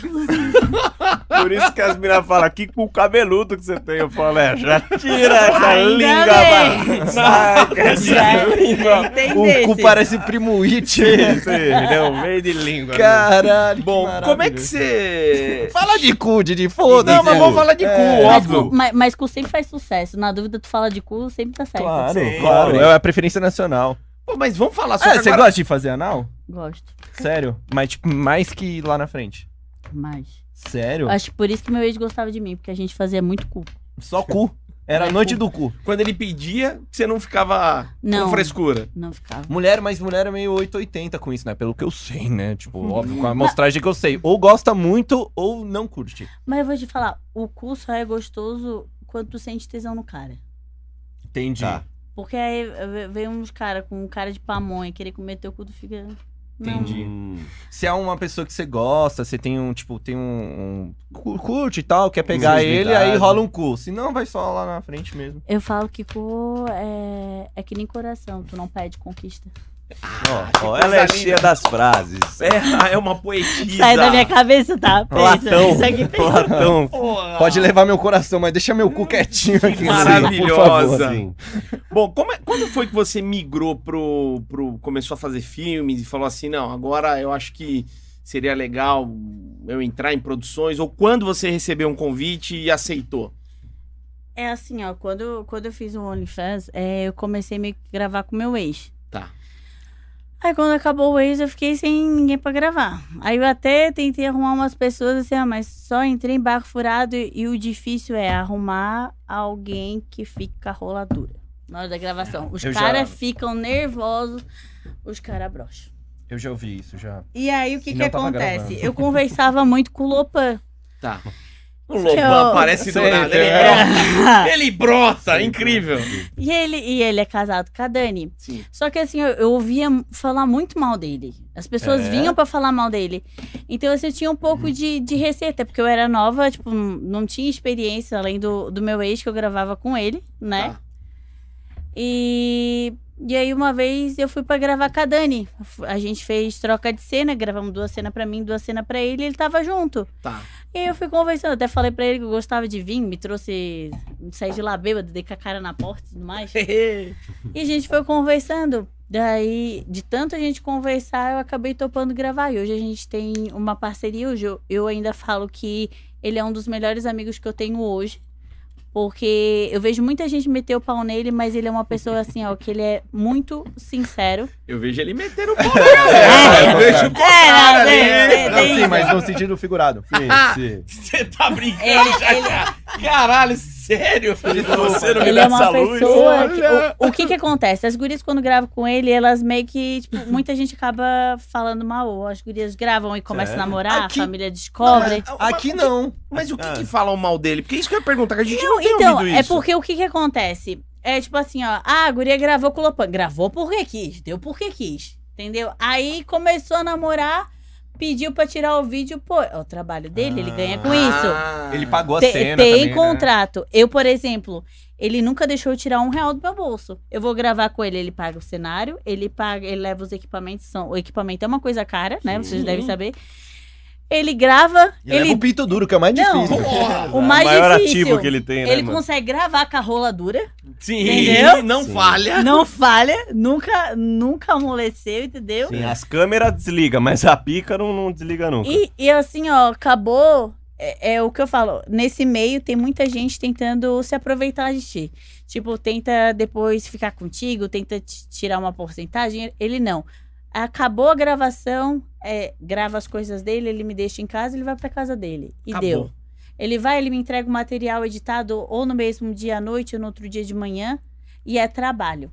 S4: por isso que as meninas falam, que cu cabeludo que você tem. Eu falo, é, já tira essa
S3: Ainda
S4: língua, mano. Saca essa
S3: Já-
S4: língua.
S2: O
S3: Entendeu?
S2: cu parece primo It.
S4: Entendeu? Meio de língua.
S2: Caralho.
S1: Bom, como é que você.
S2: Fala de cu, Didi, foda-se.
S1: Não, mas vamos falar de
S4: É,
S1: cu,
S3: Mas,
S1: óbvio.
S3: cu- mas, mas cu sempre faz sucesso. Na dúvida, tu fala de cu, sempre tá certo.
S2: Claro,
S4: Sim.
S2: claro. É a preferência nacional.
S1: Pô, mas vamos falar
S2: Ah,
S4: É,
S1: sobre.
S2: você gosta de fazer anal?
S3: Gosto.
S2: Sério? Mas, tipo, mais que lá na frente.
S3: Mas.
S2: Sério?
S3: Acho que por isso que meu ex gostava de mim, porque a gente fazia muito cu.
S2: Só cu. Era a noite do cu.
S1: Quando ele pedia, você não ficava
S3: Não.
S1: com frescura.
S3: Não ficava.
S2: Mulher, mas mulher é meio 880 com isso, né? Pelo que eu sei, né? Tipo, óbvio, com a amostragem que eu sei. Ou gosta muito, ou não curte.
S3: Mas eu vou te falar, o cu só é gostoso quando tu sente tesão no cara.
S2: Entendi.
S4: Tá.
S3: Porque aí eh, vem uns caras com cara de pamonha querer comer teu cu, tu fica. Não.
S2: Entendi.
S4: Hum,
S2: Se é uma pessoa que você gosta, você tem um, tipo, tem um. um- cu- curte e tal, quer pegar ele,
S4: Sensibilidade.
S2: aí rola um cu. Se não, vai só lá na frente mesmo.
S3: Eu falo que cu é, é que nem coração, tu não pede conquista.
S4: Ó, ó, ela é
S1: coisa
S4: cheia das frases.
S1: É, é uma poetisa.
S3: Sai da minha cabeça, tá?
S4: Platão.
S3: Isso aqui tem.
S4: Platão.
S1: Porra.
S2: Pode levar meu coração, mas deixa meu cu quietinho aqui. assim,
S1: maravilhosa.
S2: Por favor.
S4: Sim.
S1: Bom, como é- quando foi que você migrou pro, pro. começou a fazer filmes e falou assim, não, agora eu acho que seria legal eu entrar em produções? Ou quando você recebeu um convite e aceitou?
S3: É assim, ó, quando, quando eu fiz o OnlyFans, é, eu comecei meio que gravar com meu ex.
S1: Tá.
S3: Aí quando acabou o ex, eu fiquei sem ninguém pra gravar. Aí eu até tentei arrumar umas pessoas assim, ah, mas só entrei em barco furado e, e o difícil é arrumar alguém que fica roladura na hora da gravação. Os
S2: Eu já-
S3: caras ficam nervosos, os caras brocham.
S2: Eu já ouvi isso, já.
S3: E aí, o que
S2: E
S3: que
S2: não tava
S3: acontece?
S2: gravando.
S3: Eu conversava muito com o Lopan.
S1: Tá. O Loban
S3: Eu-
S1: aparece do
S2: Sei,
S1: nada.
S2: tem-
S1: Ele brota. Ele brota, é incrível.
S3: e, ele, e ele é casado com a Dani.
S1: Sim.
S3: Só que assim, eu, eu ouvia falar muito mal dele. As pessoas
S2: É?
S3: vinham pra falar mal dele. Então, assim, eu tinha um
S1: Uhum.
S3: pouco de, de receita, porque eu era nova, tipo, n- não tinha experiência, além do, do meu ex, que eu gravava com ele, né?
S1: Tá.
S3: E, e aí, uma vez, eu fui pra gravar com a Dani. A gente fez troca de cena, gravamos duas cenas pra mim, duas cenas pra ele, e ele tava junto.
S1: Tá.
S3: E aí eu fui conversando, até falei pra ele que eu gostava de vinho, me trouxe. Saí de lá bêbado, dei com a cara na porta e tudo mais. E a gente foi conversando. Daí, de tanto a gente conversar, eu acabei topando gravar. E hoje a gente tem uma parceria. Hoje eu, eu ainda falo que ele é um dos melhores amigos que eu tenho hoje. Porque eu vejo muita gente meter o pau nele, mas ele é uma pessoa assim, ó, que ele é muito sincero.
S1: Eu vejo ele metendo o pau
S2: É.
S1: na galera. Eu vejo o
S3: É,
S1: cara ali.
S3: é, é, é,
S2: Sim, mas no sentido figurado.
S4: Sim, sim.
S1: Você tá brincando,
S3: Ele-
S1: já, cara? Caralho, sério? Você não me
S3: Ele
S1: dá
S3: é uma
S1: essa luz?
S3: pessoa. que- o, o que que acontece? As gurias, quando gravam com ele, elas meio que. Tipo, muita gente acaba falando mal. Ou as gurias gravam e começam a namorar,
S1: Aqui-
S3: a família descobre.
S2: Aqui não.
S1: Mas o que,
S4: Ah.
S1: que falam mal dele? Porque é isso que eu ia perguntar, que a gente não, tem
S3: então,
S1: ouvido
S3: é
S1: isso.
S3: porque o que que acontece? É tipo assim, ó. Ah, a guria gravou com o Lopan. Gravou porque quis, deu porque quis. Entendeu? Aí começou a namorar, pediu pra tirar o vídeo. Pô, é o trabalho dele, ele ganha com isso.
S1: Ah.
S2: Ele pagou a
S3: Te-
S2: cena.
S3: tem
S2: também, né?
S3: contrato. Eu, por exemplo, ele nunca deixou eu tirar um real do meu bolso. Eu vou gravar com ele, ele paga o cenário, ele paga, ele leva os equipamentos, são, o equipamento é uma coisa cara, né? Vocês
S1: Sim.
S3: devem saber. Ele grava,
S2: E leva
S3: ele,
S2: o pinto duro, que é o mais
S3: Não.
S2: difícil.
S1: Porra.
S3: o mais
S4: o maior
S3: difícil.
S4: ativo que ele tem, né,
S3: ele
S4: mano?
S3: consegue gravar com a rola dura,
S1: Sim,
S3: Entendeu?
S1: não
S4: Sim.
S1: falha.
S3: não falha, nunca, nunca amoleceu, entendeu?
S4: Sim, as câmeras desligam, mas a pica não, não desliga nunca.
S3: E, e assim, ó, acabou. É, é o que eu falo. Nesse meio tem muita gente tentando se aproveitar de ti. Tipo, tenta depois ficar contigo, tenta te tirar uma porcentagem. Ele não. Acabou a gravação, é, grava as coisas dele, ele me deixa em casa, ele vai pra casa dele. E
S1: Acabou.
S3: deu. Ele vai, ele me entrega o material editado ou no mesmo dia à noite ou no outro dia de manhã. E é trabalho.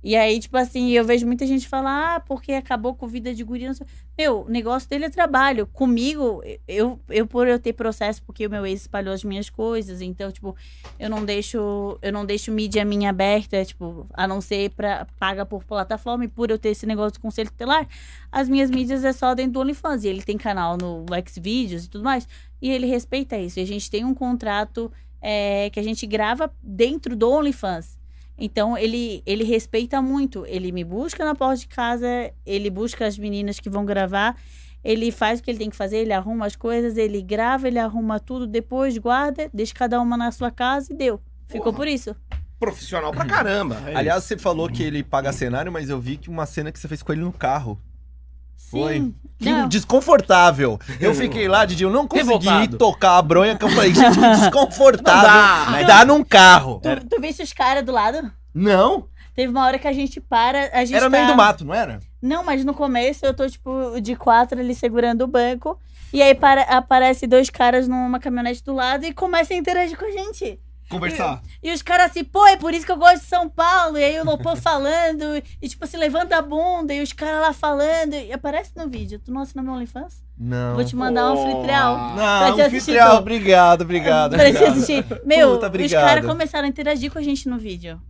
S3: E aí, tipo assim, eu vejo muita gente falar, ah, porque acabou com vida de guri. não sei- Meu, o negócio dele é trabalho. Comigo, eu, eu por eu ter processo, porque o meu ex espalhou as minhas coisas, então, tipo, eu não deixo, eu não deixo mídia minha aberta, tipo, a não ser pra, paga por plataforma, e por eu ter esse negócio do conselho tutelar, as minhas mídias é só dentro do OnlyFans. E ele tem canal no Xvideos e tudo mais. E ele respeita isso. E a gente tem um contrato é, que a gente grava dentro do OnlyFans. Então, ele, ele respeita muito. Ele me busca na porta de casa, ele busca as meninas que vão gravar, ele faz o que ele tem que fazer, ele arruma as coisas, ele grava, ele arruma tudo, depois guarda, deixa cada uma na sua casa e deu. Ficou por isso.
S1: Profissional pra caramba.
S2: Aliás, você falou que ele paga cenário, mas eu vi que uma cena que você fez com ele no carro. Foi.
S3: Sim.
S2: Que
S3: Não.
S2: desconfortável. Eu fiquei lá, Didi, eu não consegui
S1: Revoltado.
S2: tocar a bronha, que eu falei, gente, que desconfortável.
S1: Não dá.
S2: Dá num carro.
S3: Tu, tu viste os caras do lado?
S2: Não?
S3: Teve uma hora que a gente para, a gente
S2: Era meio
S3: tá-
S2: do mato, não era?
S3: Não, mas no começo eu tô, tipo, de quatro ali segurando o banco. E aí para, aparece dois caras numa caminhonete do lado e começa a interagir com a gente.
S2: Conversar.
S3: E os caras assim, pô, é por isso que eu gosto de São Paulo. E aí o Lopô falando, e tipo assim, levanta a bunda, e os caras lá falando. E aparece no vídeo. Tu não assina meu OnlyFans?
S2: Não.
S3: Vou te mandar um anfitrião.
S2: Não,
S3: te assistir,
S2: anfitrião,
S3: Dom.
S2: obrigado, obrigado.
S3: Pra te
S2: obrigado.
S3: assistir. Meu,
S2: Puta,
S3: os
S2: obrigado.
S3: caras começaram a interagir com a gente no vídeo.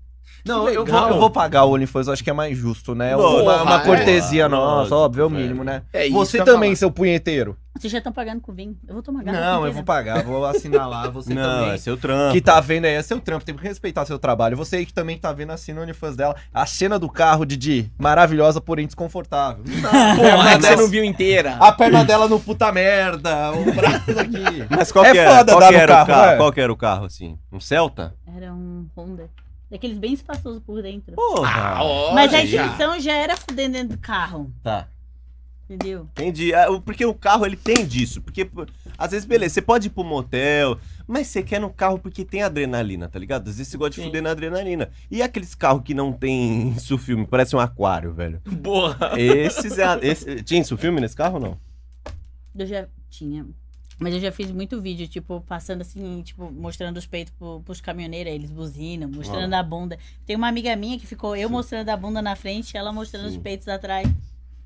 S2: Não,
S1: Que
S2: eu
S1: legal.
S2: vou, eu vou pagar o OnlyFans, eu acho que é mais justo, né?
S4: Porra,
S2: uma, uma
S1: é.
S2: cortesia nossa,
S4: Lógico,
S2: óbvio, é o
S4: velho.
S2: mínimo, né?
S1: É isso que
S2: Você
S1: eu ia
S2: também,
S1: falar.
S2: seu punheteiro.
S3: Vocês já estão pagando com vinho. Eu vou tomar garrafa
S2: Não, eu
S3: inteira.
S2: vou pagar, vou assinar lá, você
S4: não,
S2: também.
S4: é seu trampo.
S2: que tá vendo aí, é seu trampo, tem que respeitar seu trabalho. Você aí que também tá vendo assim no OnlyFans dela, a cena do carro, Didi, maravilhosa, porém desconfortável.
S1: Porra, Ah,
S2: Porra,
S1: que você
S2: né?
S1: não viu inteira.
S2: A perna dela no puta merda, o braço aqui.
S4: Mas qual
S2: É
S4: que era,
S2: foda
S4: qual
S2: dar
S4: que
S2: no
S4: era
S2: carro,
S4: o carro?
S2: né?
S4: Qual que era o carro, assim? Um Celta?
S3: Era um Honda. Daqueles bem espaçosos por dentro.
S1: Ah,
S4: Porra!
S1: ó,
S3: Mas é a
S1: gente, já.
S3: intenção já era fuder dentro do carro,
S4: tá.
S3: entendeu?
S4: Entendi. Ah, o- Porque o carro, ele tem disso. Porque, pô, às vezes, beleza, você pode ir pro motel, mas você quer no carro porque tem adrenalina, tá ligado? Às vezes você gosta de
S1: Sim.
S4: fuder na adrenalina. E aqueles carros que não tem insufilme, parece um aquário, velho.
S1: Boa.
S4: Esses é... a- Esse... Tinha insufilme nesse carro ou não?
S3: Eu já tinha. Mas eu já fiz muito vídeo, tipo, passando assim, tipo, mostrando os peitos pro, pros caminhoneiros, aí eles buzinam, mostrando a bunda. Tem uma amiga minha que ficou eu
S4: Sim.
S3: mostrando a bunda na frente, ela mostrando
S4: Sim.
S3: os peitos atrás.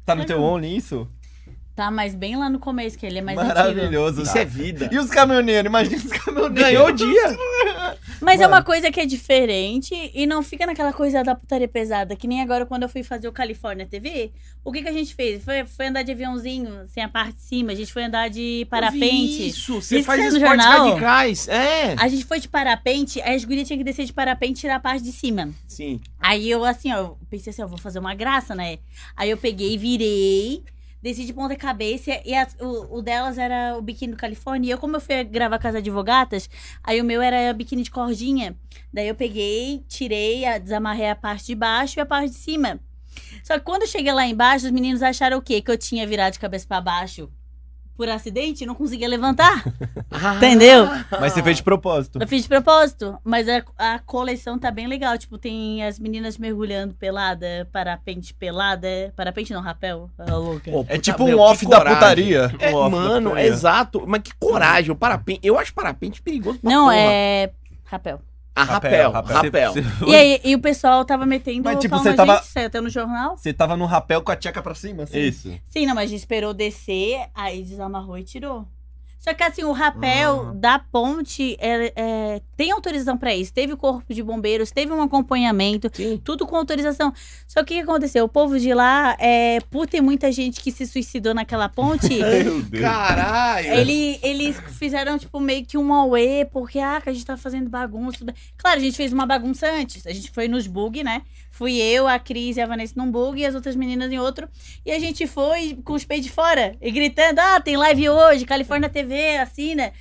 S2: Tá no teu Only isso?
S3: Tá, mas bem lá no começo, que ele é mais antigo.
S2: Maravilhoso.
S1: Isso
S2: tá.
S1: é vida.
S2: E os caminhoneiros, imagina os caminhoneiros.
S1: Ganhou o dia.
S3: Mas é uma
S2: Mano.
S3: coisa que é diferente e não fica naquela coisa da putaria pesada, que nem agora quando eu fui fazer o Califórnia TV. O que que a gente fez? Foi, foi andar de aviãozinho, sem a parte de cima, a gente foi andar de parapente.
S1: Isso, você
S3: Isso
S1: faz
S3: que sai no
S1: esportes
S3: jornal.
S1: radicais. É.
S3: A gente foi de parapente, aí as gurias tinham que descer de parapente e tirar a parte de cima.
S1: Sim.
S3: Aí eu, assim, ó, eu pensei assim, ó, vou fazer uma graça, né? Aí eu peguei, virei, desci de ponta cabeça e as- o, o delas era o biquíni do Califórnia. E eu, como eu fui gravar com as advogatas, aí o meu era biquíni de cordinha. Daí eu peguei, tirei, a- desamarrei a parte de baixo e a parte de cima. Só que quando eu cheguei lá embaixo, os meninos acharam o quê? Que eu tinha virado de cabeça pra baixo por acidente e não conseguia levantar. Entendeu?
S2: Ah, Mas você fez tipo, de propósito.
S3: Eu fiz de propósito, mas a, a coleção tá bem legal. Tipo, tem as meninas mergulhando pelada, parapente pelada. Parapente não, rapel. Ô, louca.
S1: Pô,
S2: É
S1: puta,
S2: tipo um
S1: meu, que
S2: off da
S1: coragem.
S2: putaria.
S1: É,
S2: um off da
S1: mano,
S2: putaria.
S1: exato. Mas que coragem. O parapente. Eu acho parapente perigoso. pra
S3: não,
S1: porra.
S3: é rapel.
S1: A rapel.
S2: Rapel,
S1: Rapel.
S4: Você- você-
S3: E aí, e o pessoal tava metendo
S2: Mas, tipo,
S3: palma
S2: você
S3: na
S2: tava-
S3: gente, saiu até no jornal.
S2: Você tava no rapel com a tcheca pra cima, assim?
S4: Isso.
S3: Sim, não, mas a gente esperou descer, aí desamarrou e tirou. Só que assim, o rapel
S2: Ah.
S3: da ponte é- é, tem autorização pra isso. Teve corpo de bombeiros, teve um acompanhamento.
S1: Sim.
S3: Tudo com autorização. Só que o que aconteceu? O povo de lá, é, por ter muita gente que se suicidou naquela ponte,
S4: Meu Deus.
S1: Caralho.
S3: ele- eles fizeram, tipo, meio que um auê, porque, ah, que a gente tá fazendo bagunça. tudo bem. Claro, a gente fez uma bagunça antes. A gente foi nos bug, né? Fui eu, a Cris e a Vanessa num bug, e as outras meninas em outro. E a gente foi com os peitos de fora, e gritando, ah, tem live hoje, Califórnia TV, assina.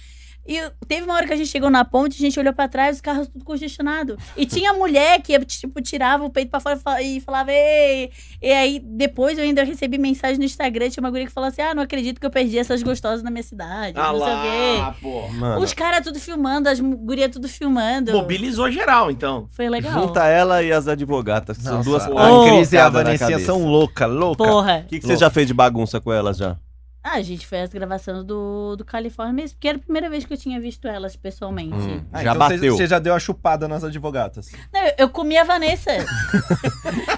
S3: E teve uma hora que a gente chegou na ponte, a gente olhou pra trás, os carros tudo congestionado. E tinha mulher que, tipo, tirava o peito pra fora e fa- e falava, ei, e aí, depois eu ainda recebi mensagem no Instagram, tinha uma guria que falou assim: ah, não acredito que eu perdi essas gostosas na minha cidade.
S1: Ah
S3: não sei o
S1: lá, pô.
S3: quê.
S4: Mano,
S3: Os caras tudo filmando, as mu- gurias tudo filmando.
S1: Mobilizou geral, então.
S3: Foi legal.
S4: junta ela e as advogatas, que são
S2: Nossa,
S4: duas
S1: a
S2: A
S4: pancadadas
S2: Cris e a
S4: na
S2: Vanessinha
S4: cabeça.
S2: são louca, louca.
S3: Porra.
S4: O que, que você já fez de bagunça com elas já?
S3: Ah, a gente fez as gravações do, do Califórnia mesmo, porque era a primeira vez que eu tinha visto elas pessoalmente.
S4: Hum,
S2: Ah,
S4: já
S2: então você-
S4: bateu.
S2: Você já deu a chupada nas advogatas.
S3: Não, eu, eu comi a Vanessa.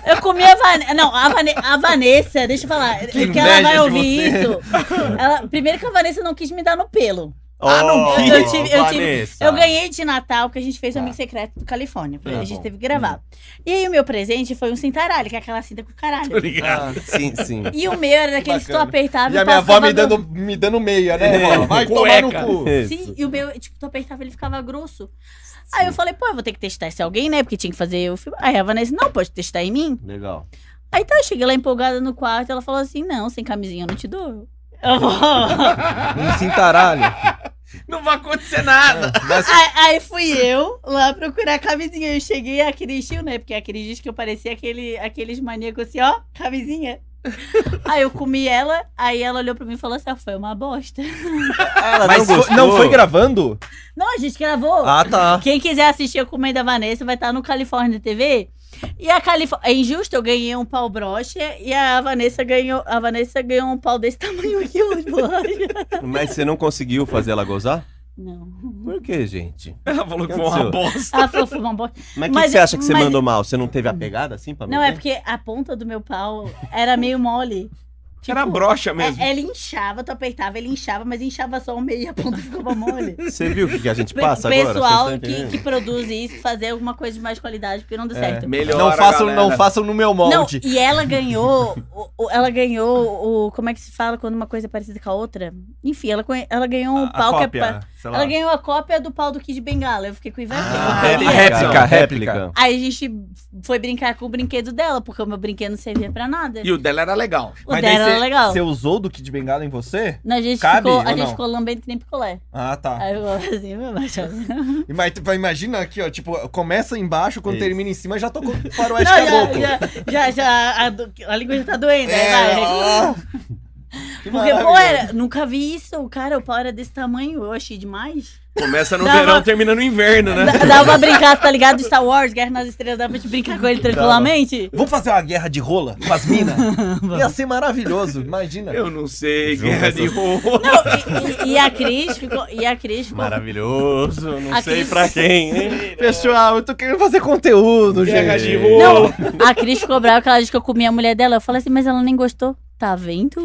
S3: eu comi a Vanessa. Não, a, Vane- a Vanessa, deixa eu falar.
S2: Que
S3: Que ela
S2: inveja de
S3: vai ouvir
S2: você.
S3: isso. Ela- primeiro que a Vanessa não quis me dar no pelo.
S1: Ah, não
S4: Oh,
S1: quis.
S3: Eu tive- eu tive-
S4: Vanessa.
S3: Eu ganhei de Natal, que a gente fez o
S4: Tá.
S3: Amigo Secreto do Califórnia. porque
S4: Tá
S3: a gente
S4: bom.
S3: teve que
S2: Hum.
S3: gravar. E aí o meu presente foi um cintaralho, que é aquela cinta com caralho.
S1: tá ligado?
S2: Ah.
S4: Sim, sim.
S3: E o meu era daqueles que tu
S2: Bacana.
S3: apertava
S2: E a minha
S3: o pau
S2: avó me
S3: ficava
S2: dando, me dando meia, né?
S4: É,
S2: vó? Vai
S1: cueca.
S2: tomar no cu.
S4: Isso.
S3: Sim, e o meu, tipo, tu apertava ele ficava grosso. Aí eu falei, pô, eu vou ter que testar esse alguém, né? Porque tinha que fazer o filme. Aí a Vanessa, não, pode testar em mim.
S4: Legal.
S3: Aí tá, eu cheguei lá empolgada no quarto, ela falou assim, não, sem camisinha eu não te dou. Eu vou- Ah.
S2: Um cintaralho.
S1: Não vai acontecer nada.
S3: aí, aí fui eu lá procurar a camisinha. Eu cheguei, a Cris tinha, né? Porque a Cris diz que eu parecia aquele, aqueles maníacos assim, ó, camisinha. aí eu comi ela, aí ela olhou pra mim e falou assim, ah, foi uma bosta.
S4: Ela
S2: Mas foi- não foi gravando?
S3: Não, a gente gravou.
S2: Ah, tá.
S3: Quem quiser assistir o Comendo da Vanessa vai estar no Califórnia TV. E a Califórnia. É injusto, eu ganhei um pau broche e a Vanessa ganhou. A Vanessa ganhou um pau desse tamanho aqui hoje, bolacha.
S4: Mas você não conseguiu fazer ela gozar?
S3: Não.
S4: Por que, gente?
S1: Ela falou que foi uma
S4: É. Aconteceu.
S1: bosta.
S3: Ela falou, foi uma bosta.
S4: Mas o que,
S3: Mas-
S4: você acha que você
S3: mas-
S4: mandou mal? Você não teve a pegada assim pra
S3: Não,
S4: meter?
S3: é porque a ponta do meu pau era meio mole.
S1: Era broxa mesmo.
S3: Tipo, É, ela inchava, tu apertava, ele inchava, mas inchava só o meio e a ponta ficava mole.
S4: Você viu o que, que a gente
S3: Pe-
S4: passa agora?
S3: pessoal
S4: Vocês tão
S3: que,
S4: entendendo?
S3: que produz isso, fazer alguma coisa de mais qualidade, porque não deu
S2: É,
S3: certo.
S1: Melhor.
S2: não, façam,
S1: galera.
S2: não façam no meu
S3: Não,
S2: molde.
S3: e ela ganhou, o- o- ela ganhou o, como é que se fala quando uma coisa é parecida com a outra? Enfim, ela, conhe- ela ganhou um pau que é pa-
S2: sei lá.
S3: Ela ganhou a cópia do pau do Kid Bengala, eu fiquei com inveja.
S2: Ah,
S1: réplica,
S2: réplica, réplica.
S3: Aí a gente foi brincar com o brinquedo dela, porque o meu brinquedo não servia pra nada.
S1: E o dela era legal.
S3: O dela era é legal.
S2: Você usou do Kid Bengala em você?
S3: Não, a gente,
S2: Cabe
S3: ficou,
S2: ou
S3: a gente
S2: não?
S3: ficou lambendo que nem picolé.
S2: Ah, tá.
S3: Aí eu falei assim, meu baixo.
S2: E Mas tu vai- imagina aqui, ó, tipo, começa embaixo, quando
S4: Isso.
S2: termina em cima, já tocou para o
S3: Não,
S2: oeste caboclo.
S3: já, já, já, já- a, do- a língua já tá doendo. aí vai.
S2: É, ó. Que
S3: Porque, pô,
S2: maravilha.
S3: era, nunca vi isso. Cara, o pau era desse tamanho. Eu achei demais.
S1: Começa no
S3: Não,
S1: verão,
S3: mas-
S1: termina no inverno, né?
S3: Dá, dá pra brincar, tá ligado? Star Wars, Guerra nas Estrelas, dá pra te brincar com ele tranquilamente?
S2: Vamos fazer uma guerra de rola com as minas? Ia ser maravilhoso, imagina.
S1: Eu não sei,
S4: Junta
S1: guerra de
S4: essas-
S1: rolo.
S3: Não, e, e- e a Cris ficou. E a Cris ficou.
S4: Maravilhoso, não
S3: Aqui-
S4: sei pra quem, hein?
S2: Pessoal, eu tô querendo fazer conteúdo,
S1: Guerra
S2: gente.
S1: de
S3: Não,
S1: rolo.
S3: a Cris ficou brava que ela disse que eu comi a mulher dela. Eu falei assim, mas ela nem gostou. Tá vendo?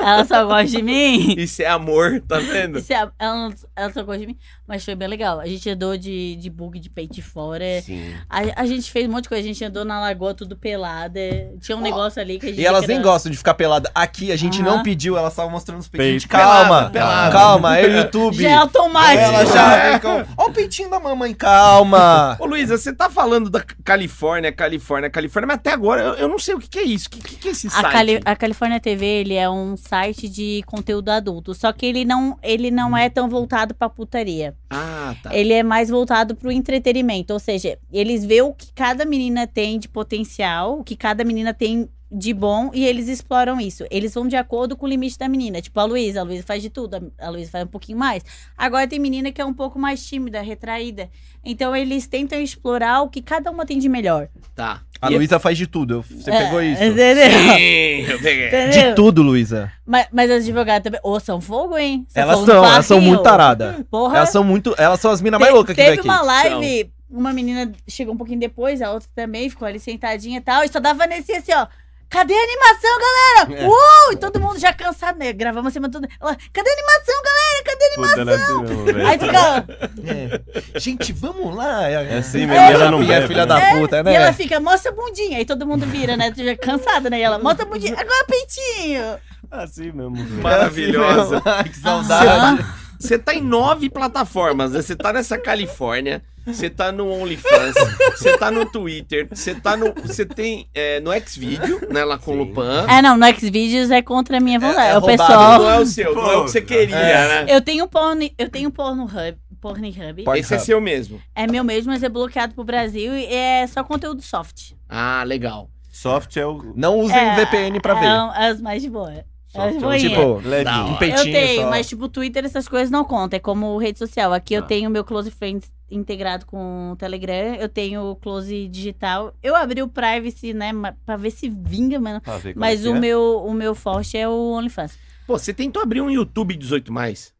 S3: Ela só gosta de mim.
S1: Isso é amor, tá vendo?
S3: Isso é- Ela, não- ela só gosta de mim. Mas foi bem legal. A gente andou de, de bug de peito de fora.
S4: Sim.
S3: A, a gente fez um monte de coisa. A gente andou na lagoa tudo pelada. Tinha um negócio ali que a gente.
S2: E elas
S3: que era-
S2: nem gostam de ficar pelada. Aqui a gente não
S3: Aham.
S2: pediu, elas estavam mostrando os peitinhos.
S4: Peito.
S2: Calma,
S1: Pelada, pelada.
S2: calma, é o YouTube.
S3: Já é automático.
S2: Ela já ficou. Ó o peitinho da mamãe, calma.
S1: Ô Luísa, você tá falando da Califórnia, Califórnia, Califórnia, mas até agora eu, eu não sei o que, que é isso. O que, que, que é esse
S3: A,
S1: site?
S3: Cali a California TV, ele é um site de conteúdo adulto, só que ele não, ele não é tão voltado pra putaria.
S1: Ah, tá.
S3: Ele é mais voltado pro entretenimento, ou seja, eles vê o que cada menina tem de potencial, o que cada menina tem de bom e eles exploram isso. Eles vão de acordo com o limite da menina, tipo a Luísa, a Luísa faz de tudo, a- a Luísa faz um pouquinho mais. Agora tem menina que é um pouco mais tímida, retraída. Então eles tentam explorar o que cada uma tem de melhor.
S1: Tá.
S2: A Luísa faz de tudo. eu- Você pegou
S3: É,
S2: isso.
S3: Entendeu?
S1: Sim, eu peguei.
S3: Entendeu?
S2: De tudo, Luísa.
S3: Mas, mas as advogadas também. Ô, são fogo, hein? São
S2: Elas
S3: fogo no
S2: são, elas são
S3: parquinho.
S2: muito taradas.
S3: Porra,
S2: Elas são muito. Elas são as minas
S3: te-
S2: mais loucas que
S3: teve
S2: vem aqui.
S3: uma live, uma menina chegou um pouquinho depois, a outra também ficou ali sentadinha e tal, e só dava Vanessa assim, ó. Cadê a animação, galera?
S4: É.
S3: Uh! E todo mundo já cansado, né? Gravamos a semana toda. Ela, cadê a
S2: É.
S3: animação, galera? Cadê a
S4: Puta, não é assim não, velho.
S3: animação? Aí fica.
S2: É. Gente, vamos lá.
S4: É assim mesmo, ela não
S2: é
S4: bebe,
S2: filha
S4: né?
S2: da puta, né?
S3: E ela fica, mostra a bundinha. Aí todo mundo vira, né? Já cansada, né? E ela, mostra a bundinha. Agora peitinho.
S4: Assim mesmo. velho.
S1: Maravilhosa.
S2: Ai, que saudade.
S1: Você tá em nove plataformas, né? Você tá nessa Califórnia, você tá no OnlyFans, você tá no Twitter, você tá no. Você tem é, no Xvideo, né? Lá com o
S4: Sim.
S1: Lupan.
S3: É, não, no Xvideos é contra a minha vontade.
S2: é
S3: É, o
S2: roubado,
S3: pessoal.
S1: Não é o seu, não é o que você queria,
S2: É.
S1: né?
S3: Eu tenho porno, eu tenho um porno hub, Pornhub.
S2: Por-
S1: Esse é seu mesmo.
S3: É meu mesmo, mas é bloqueado pro Brasil e é só conteúdo soft.
S1: Ah, legal.
S4: Soft é o.
S2: Não usem
S3: é,
S2: VPN pra ver.
S3: É, é as mais de boa. É as
S4: Soft é o.
S3: boinhas.
S2: Tipo,
S1: Da
S4: levinho.
S1: hora.
S2: peitinho
S3: eu tenho,
S2: só.
S3: mas tipo, Twitter, essas coisas não contam. É como rede social. Aqui eu
S4: Tá.
S3: tenho meu Close Friends integrado com o Telegram. Eu tenho o Close Digital. Eu abri o Privacy, né, ma- pra ver se vinga, mano.
S4: Pra ver como é
S3: Mas
S4: que
S3: o,
S4: é.
S3: meu, o meu forte é o OnlyFans.
S1: Pô, você tentou abrir um YouTube 18 mais.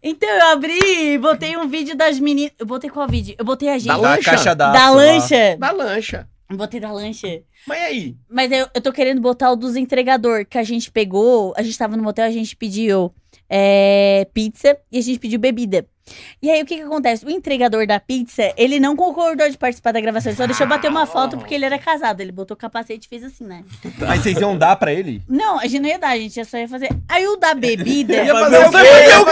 S3: Então eu abri e botei um vídeo das meninas. Eu botei qual vídeo? Eu botei a gente.
S1: Da
S2: Da
S1: lancha?
S2: caixa
S3: Da
S2: d'água. lá.
S3: lancha.
S1: Da lancha.
S3: Eu Botei da lancha.
S1: Mas e aí?
S3: Mas eu, eu tô querendo botar o dos entregador que a gente pegou. A gente tava no motel, a gente pediu é, pizza e a gente pediu bebida. E aí, o que que acontece? O entregador da pizza, ele não concordou de participar da gravação. Ele só deixou eu bater uma foto porque ele era casado. Ele botou o capacete e fez assim, né?
S2: Mas vocês iam dar pra ele?
S3: Não, a gente não ia dar, a gente ia só ia fazer. Aí o da bebida.
S2: fazer o quê? Ia fazer o
S3: Não,
S2: Ia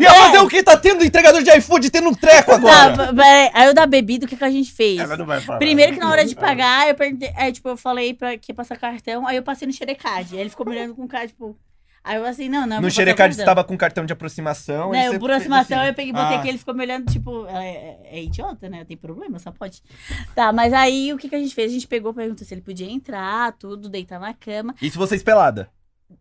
S3: pera-
S2: fazer o quê? Tá tendo entregador de iFood, tendo um treco agora.
S3: Tá, peraí. Aí o da bebida, o que, que a gente fez?
S4: não vai falar.
S3: Primeiro que na hora de pagar, eu perguntei. É, tipo, eu falei pra que ia passar cartão, aí eu passei no xerecade. Aí ele ficou me olhando com cara, tipo. Aí eu assim, não, não. eu vou
S2: No
S3: passar
S2: Xerecard você
S3: cartão.
S2: tava com cartão de aproximação.
S3: Né,
S2: aí
S3: eu,
S2: você
S3: por aproximação,
S2: fez assim.
S3: eu peguei, botei
S2: Ah.
S3: aqui, ele ficou me olhando, tipo, ela é, é idiota, né? Tem problema, só pode. Tá, mas aí o que, que a gente fez? A gente pegou, perguntou se ele podia entrar, tudo, deitar na cama.
S2: Isso vocês pelada.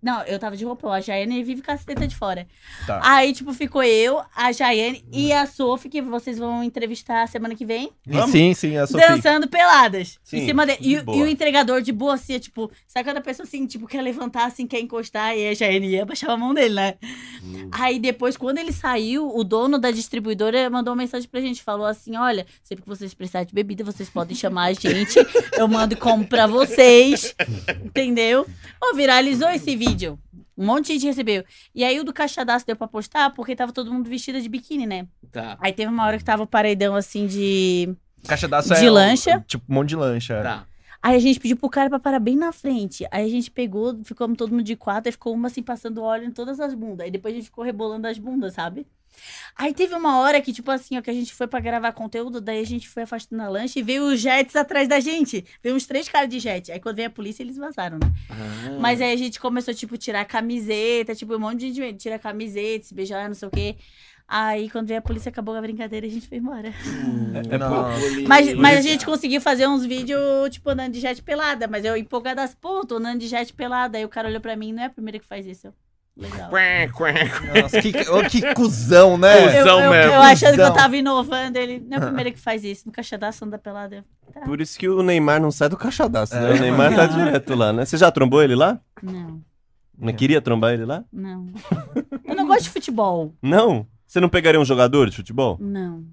S3: Não, eu tava de roupão, a Jaiane vive com a teta de fora.
S2: Tá. Hum.
S3: Aí, tipo, ficou eu, a Jaiane e a Sophie, que vocês vão entrevistar semana que vem.
S4: Vamos?
S2: Sim, sim, é a
S3: dançando peladas.
S4: Sim,
S3: em cima dele.
S4: de
S3: E, o-
S4: boa.
S3: e o entregador de boa, assim, é, tipo, sabe quando a pessoa assim, tipo, quer levantar, assim, quer encostar, e a Jaene ia baixava a mão dele, né?
S4: Hum.
S3: Aí depois, quando ele saiu, o dono da distribuidora mandou uma mensagem pra gente, falou assim: olha, sempre que vocês precisarem de bebida, vocês podem chamar a gente. eu mando como pra vocês. Entendeu? Ó, viralizou esse vídeo. Um monte de gente recebeu. E aí o do caixadaço deu pra postar porque tava todo mundo vestido de biquíni, né?
S1: Tá,
S3: Aí teve uma hora que tava o paredão assim de.
S2: Caixa d'água
S3: De
S2: um-
S3: lancha?
S2: tipo, um monte de lancha.
S1: tá.
S3: Aí a gente pediu pro cara pra parar bem na frente. Aí a gente pegou, ficamos todo mundo de quatro, aí ficou uma assim passando óleo em todas as bundas. Aí depois a gente ficou rebolando as bundas, sabe? Aí teve uma hora que, tipo assim, ó, que a gente foi pra gravar conteúdo, daí a gente foi afastando a lancha e veio os jets atrás da gente. Veio uns três caras de jet. Aí quando veio a polícia, eles vazaram, né?
S1: Ah.
S3: Mas aí a gente começou, tipo, tirar a camiseta, tipo, um monte de gente tira a camiseta, se beijar, não sei o quê. Aí quando veio a polícia, acabou a brincadeira e a gente foi embora.
S1: Hum,
S2: É, é
S1: não.
S3: Mas, mas a
S1: Polícia.
S3: gente conseguiu fazer uns vídeos, tipo, andando de jet pelada. Mas eu empolgada, pô, tô andando de jet pelada. Aí o cara olhou pra mim, não é a primeira que faz isso. Eu, Legal.
S1: Quá, quá.
S2: Nossa, que, ô, que cuzão, né?
S3: Eu, eu,
S1: Cusão mesmo.
S3: eu achando que eu
S2: Cusão.
S3: tava inovando, ele, não é a primeira que faz isso. No caixadaço anda pelada. Eu,
S4: Por isso que o Neymar não sai do caixadaço, né?
S2: É,
S4: O Neymar tá
S3: mano.
S4: direto lá, né? Você já trombou ele lá?
S3: Não,
S4: Não queria trombar ele lá?
S3: não. Eu não gosto de futebol.
S4: Não? Você não pegaria um jogador de futebol?
S3: Não.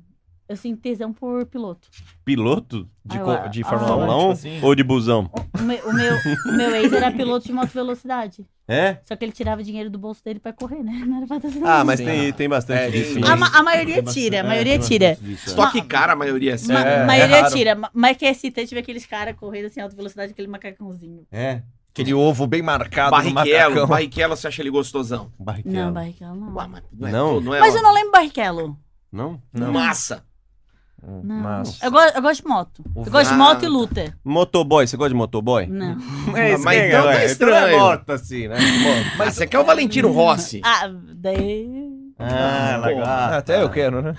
S3: Eu sinto tesão por piloto.
S4: Piloto? De,
S3: Ah,
S4: co-
S3: lá.
S4: de
S3: Ah,
S4: Fórmula
S2: lá.
S4: 1
S2: Tipo assim.
S4: ou de busão?
S3: O, o meu, o, meu, o meu ex era piloto de moto velocidade.
S4: É?
S3: Só que ele tirava dinheiro do bolso dele pra correr, né? Não era pra fazer
S4: Ah,
S3: nada.
S4: mas
S1: Sim.
S4: tem, tem bastante
S1: É,
S4: disso.
S1: tem-
S4: né?
S3: a, ma- a maioria tira, a maioria tira.
S1: Estoque cara a maioria, assim.
S3: Ma
S2: É,
S3: maioria
S2: é raro.
S3: tira, ma- mas que é excitante ver aqueles caras correndo assim, em alta velocidade, aquele macacãozinho.
S4: É.
S2: Aquele ovo bem marcado no
S1: Barrichello,
S2: macacão.
S1: Barrichello, você acha ele gostosão?
S3: Não,
S4: Barrichello. Não?
S3: Barrichello não.
S1: Ué, mas não é,
S4: Não.
S1: tudo, não é
S3: mas
S1: ó,
S3: eu não lembro Barrichello.
S4: Não?
S1: massa.
S3: Não.
S2: Hum, Mas-
S3: Eu, go eu gosto de moto.
S2: O
S3: Eu gosto
S1: Vata.
S3: de moto e luta.
S4: Motoboy, você gosta de motoboy?
S3: Não.
S1: É, Uhum. mas então tá
S3: é
S1: estranho.
S4: morta assim, né?
S1: Mas você quer o Valentino Rossi.
S3: Ah, daí.
S4: Ah, legal.
S2: Ah,
S3: tá.
S2: Até eu quero, né?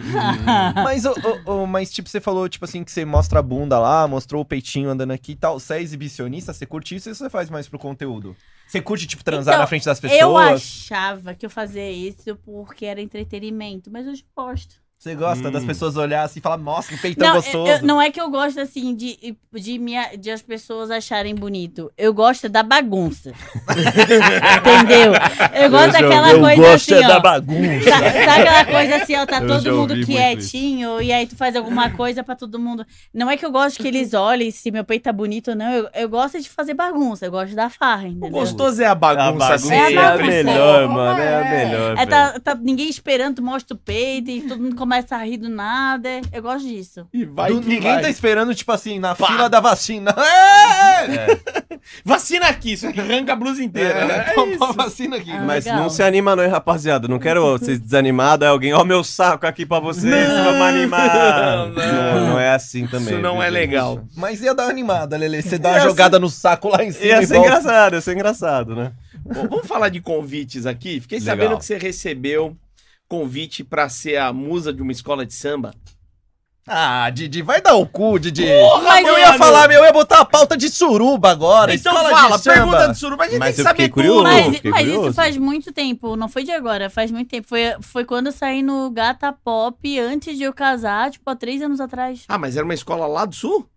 S3: Ah.
S2: mas, ô, ô, ô, mas, tipo, você falou, tipo assim, que você mostra a bunda lá, mostrou o peitinho andando aqui e tal. Você é exibicionista, você curte isso ou você faz mais pro conteúdo? Você curte, tipo, transar
S3: Então,
S2: na frente das
S3: Eu
S2: pessoas?
S3: achava que eu fazia isso porque era entretenimento, mas hoje eu gosto.
S2: Você gosta
S4: Hum.
S2: das pessoas olhar assim e falar, nossa, que peitão
S3: não, eu-
S2: gostoso?
S3: eu- não é que eu gosto assim de, de, minha, de as pessoas acharem bonito. Eu gosto da bagunça. Entendeu? Eu gosto daquela coisa
S2: é
S3: assim. ó.
S4: bagunça.
S3: Sa- Sabe aquela coisa assim, ó, tá
S4: Eu já
S3: todo mundo
S4: ouvi muito
S3: quietinho e aí tu faz alguma coisa pra todo mundo. Não é que eu gosto que eles olhem se meu peito tá bonito ou não, eu, eu gosto de fazer bagunça, eu gosto da farra,
S1: O
S3: entendeu?
S1: gostoso é a
S2: Ah,
S1: bagunça,
S4: bagunça
S1: sempre.
S4: é a
S3: bagunça.
S4: melhor, mano. É a melhor.
S3: É,
S4: velho.
S3: tá, tá ninguém esperando, tu mostra o peito e todo mundo começa a rir do nada. é, Eu gosto disso.
S1: E vai
S2: Do-
S1: que
S2: ninguém
S1: vai.
S2: tá esperando, tipo assim, na
S1: Pá.
S2: fila da vacina.
S1: Vacina aqui, isso aqui arranca a blusa inteira. né?
S2: É! É,
S1: É
S2: toma a
S1: isso.
S2: vacina aqui.
S3: Ah.
S4: Mas
S3: legal.
S4: não se anima não, hein, rapaziada. Não quero vocês desanimados. Aí alguém, ó, meu saco aqui pra vocês, vamos animar.
S1: não.
S4: Não, não é assim também.
S1: Isso não
S4: viu,
S1: é
S4: gente?
S1: legal.
S2: Mas ia dar uma animada, Lele. Você dá uma
S4: Ia ser-
S2: jogada no saco lá em cima.
S4: Ia
S2: e
S4: ser
S2: volta.
S4: engraçado, ia ser engraçado, né?
S1: Bom, vamos falar de convites aqui. Fiquei
S4: Legal.
S1: sabendo que você recebeu convite pra ser a musa de uma escola de samba.
S2: Ah, Didi, vai dar o cu, Didi.
S3: Mas
S2: eu ia
S3: mano.
S2: falar, meu, eu ia botar a pauta de suruba agora.
S1: então
S2: escola de
S1: fala,
S2: samba.
S1: pergunta do Suruba, a gente tem
S4: Mas eu
S1: que saber
S4: fiquei curioso.
S1: tudo.
S3: Mas,
S4: fiquei
S3: mas isso
S4: curioso.
S3: faz muito tempo, não foi de agora, faz muito tempo. Foi, foi quando eu saí no Gata Pop antes de eu casar, tipo, há três anos atrás.
S1: Ah, mas era uma escola lá do sul?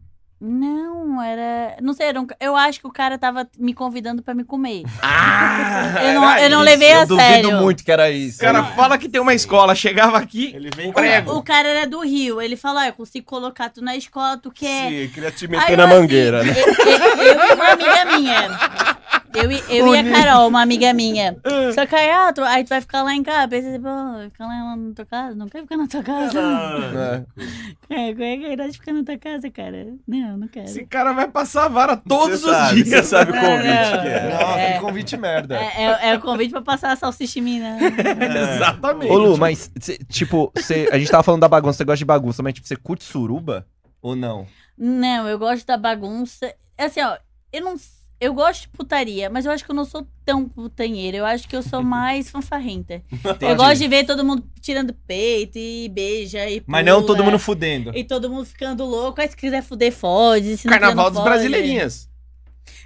S3: Não, era. Não sei, era um- eu acho que o cara tava me convidando pra me comer.
S1: Ah!
S3: Eu não-
S1: era
S3: eu não
S1: isso.
S3: levei a
S2: Eu duvido
S3: sério.
S2: muito que era isso.
S1: O cara fala que tem uma escola, chegava aqui,
S4: Ele vem
S1: prego.
S3: O cara era do Rio. Ele falou: ah, eu consigo colocar tu na escola, tu quer.
S4: Sim, queria te
S3: Aí
S4: meter
S3: eu,
S4: na
S3: assim,
S4: mangueira, né?
S3: Eu, eu- eu e uma amiga minha. Eu, e- eu e a Carol, uma amiga minha. Só que aí, ah, tu, aí tu vai ficar lá em casa. Pensei, assim, pô, ficar lá na tua casa? Não quero ficar na tua casa.
S2: É.
S3: É, qual é que é a idade de ficar na tua casa, cara? Não, não quero.
S1: Esse cara vai passar a vara todos
S4: Você
S1: os
S4: sabe,
S1: dias.
S4: Você sabe o
S3: Não,
S4: convite
S3: não.
S4: que é.
S2: Nossa,
S3: É.
S2: que convite merda.
S3: É, é, é o convite pra passar a salsicha em mim, né?
S1: Exatamente.
S2: Ô Lu, mas, cê, tipo, cê- a gente tava falando da bagunça, você gosta de bagunça, mas, tipo, você curte suruba? Ou não?
S3: Não, eu gosto da bagunça. Assim, ó, eu não. s- Eu gosto de putaria, mas eu acho que eu não sou tão putanheira. Eu acho que eu sou mais fanfarrenta. Eu gosto de ver todo mundo tirando peito e beija e
S2: Mas não
S3: pula.
S2: todo mundo fudendo.
S3: E todo mundo ficando louco. Aí se quiser fuder, fode. Se não
S1: Carnaval
S3: quiser,
S1: dos
S3: não fode.
S1: Brasileirinhas.
S3: né?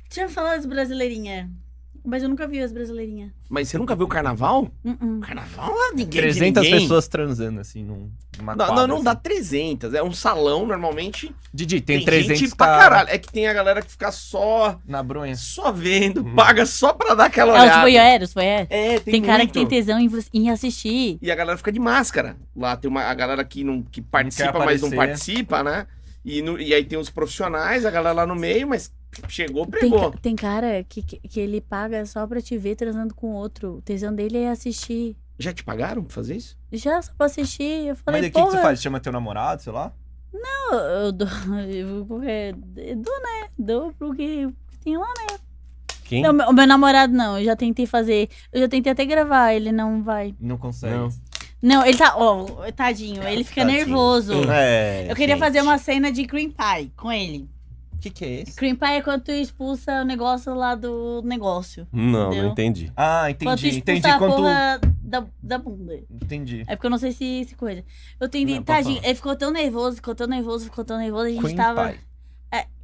S3: Deixa eu falar das brasileirinhas. Mas eu nunca vi as brasileirinhas.
S1: Mas você nunca viu carnaval?
S3: Uh-uh.
S1: Carnaval lá ninguém.
S2: 300
S1: ninguém.
S2: pessoas transando, assim, num, numa
S1: Não,
S2: quadra,
S1: não, não
S2: assim.
S1: dá 300. É um salão, normalmente.
S2: Didi, tem,
S1: gente
S2: 300
S1: pra
S2: tá É.
S1: caralho. É que tem a galera que fica só,
S2: na bronha.
S1: só vendo,
S2: Uhum.
S1: paga só pra dar aquela
S3: Ah, os
S1: olhada.
S3: voyeurs, voyeurs.
S1: É,
S3: Tem, cara que tem
S1: muito.
S3: tesão em, vo- em assistir.
S1: E a galera fica de máscara. Lá tem uma, a galera que, não, que participa, mas não
S2: aparecer.
S1: participa, né? E, no- e aí tem os profissionais, a galera lá no meio, mas chegou,
S3: Tem,
S1: pregou.
S3: ca- tem cara que, que, que ele paga só pra te ver transando com outro. O tesão dele é assistir.
S1: Já te pagaram pra fazer isso?
S3: Já só pra assistir. Eu
S2: Mas
S3: falei,
S2: aí, o que, que você
S3: porra,
S2: faz? Chama teu namorado, sei lá?
S3: eu, eu dou, eu, porque- eu dou, né? Dou porque tem lá.
S4: Quem?
S3: Não, meu- o meu namorado não, eu já tentei fazer. Eu já tentei até gravar, ele não vai.
S2: Não consegue.
S4: Não.
S3: Não, ele tá. Ó, tadinho, ele fica
S2: Tadinho.
S3: nervoso.
S4: É,
S3: Eu queria
S4: gente.
S3: fazer uma cena de cream pie com ele.
S2: O que que é esse?
S3: Cream pie é quando tu expulsa o negócio lá do negócio.
S4: Não,
S3: Entendeu?
S4: não entendi.
S2: Ah,
S3: quando tu
S2: entendi,
S3: expulsa
S2: entendi.
S3: a
S2: Quando...
S3: porra da, da bunda.
S2: Entendi.
S3: É porque eu não sei se, se coisa. Eu tentei.
S2: Não, pode
S3: Tadinho, ele ficou tão nervoso, ficou tão nervoso, ficou tão nervoso, a gente
S2: Cream
S3: tava.
S2: pie.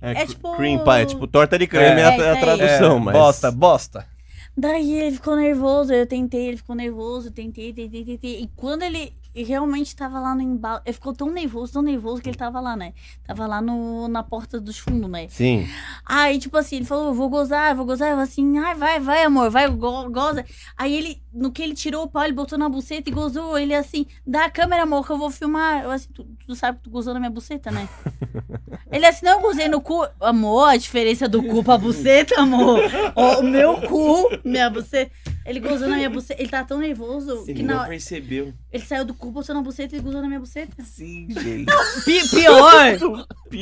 S3: É tipo.
S4: Cream pie, é tipo torta de creme
S2: É.
S4: é,
S3: É,
S4: a- é a,
S3: isso aí.
S4: tradução,
S2: É,
S4: mas...
S2: Bosta, bosta.
S3: Daí ele ficou nervoso, eu tentei, ele ficou nervoso, tentei, tentei, tentei. E quando ele realmente tava lá no embalo, ele ficou tão nervoso, tão nervoso que ele tava lá, né? Tava lá no, na porta dos fundos, né?
S4: Sim.
S3: Aí, tipo assim, ele falou, eu vou gozar, eu vou gozar. Eu assim, ai, vai, vai, amor, vai, go- goza. Aí ele, no que ele tirou o pau, ele botou na buceta e gozou. Ele assim, dá a câmera, amor, que eu vou filmar. Eu assim, tu, tu sabe que tu gozou na minha buceta, né? ele assim, não, eu gozei no cu. Amor, a diferença do cu pra buceta, amor. Ó, o meu cu, minha buceta. Ele gozou na minha buceta. Ele tá tão nervoso que na hora-
S1: percebeu.
S3: ele saiu do cu, botou na buceta e gozou na minha buceta.
S1: Sim, gente.
S3: Pi- pior!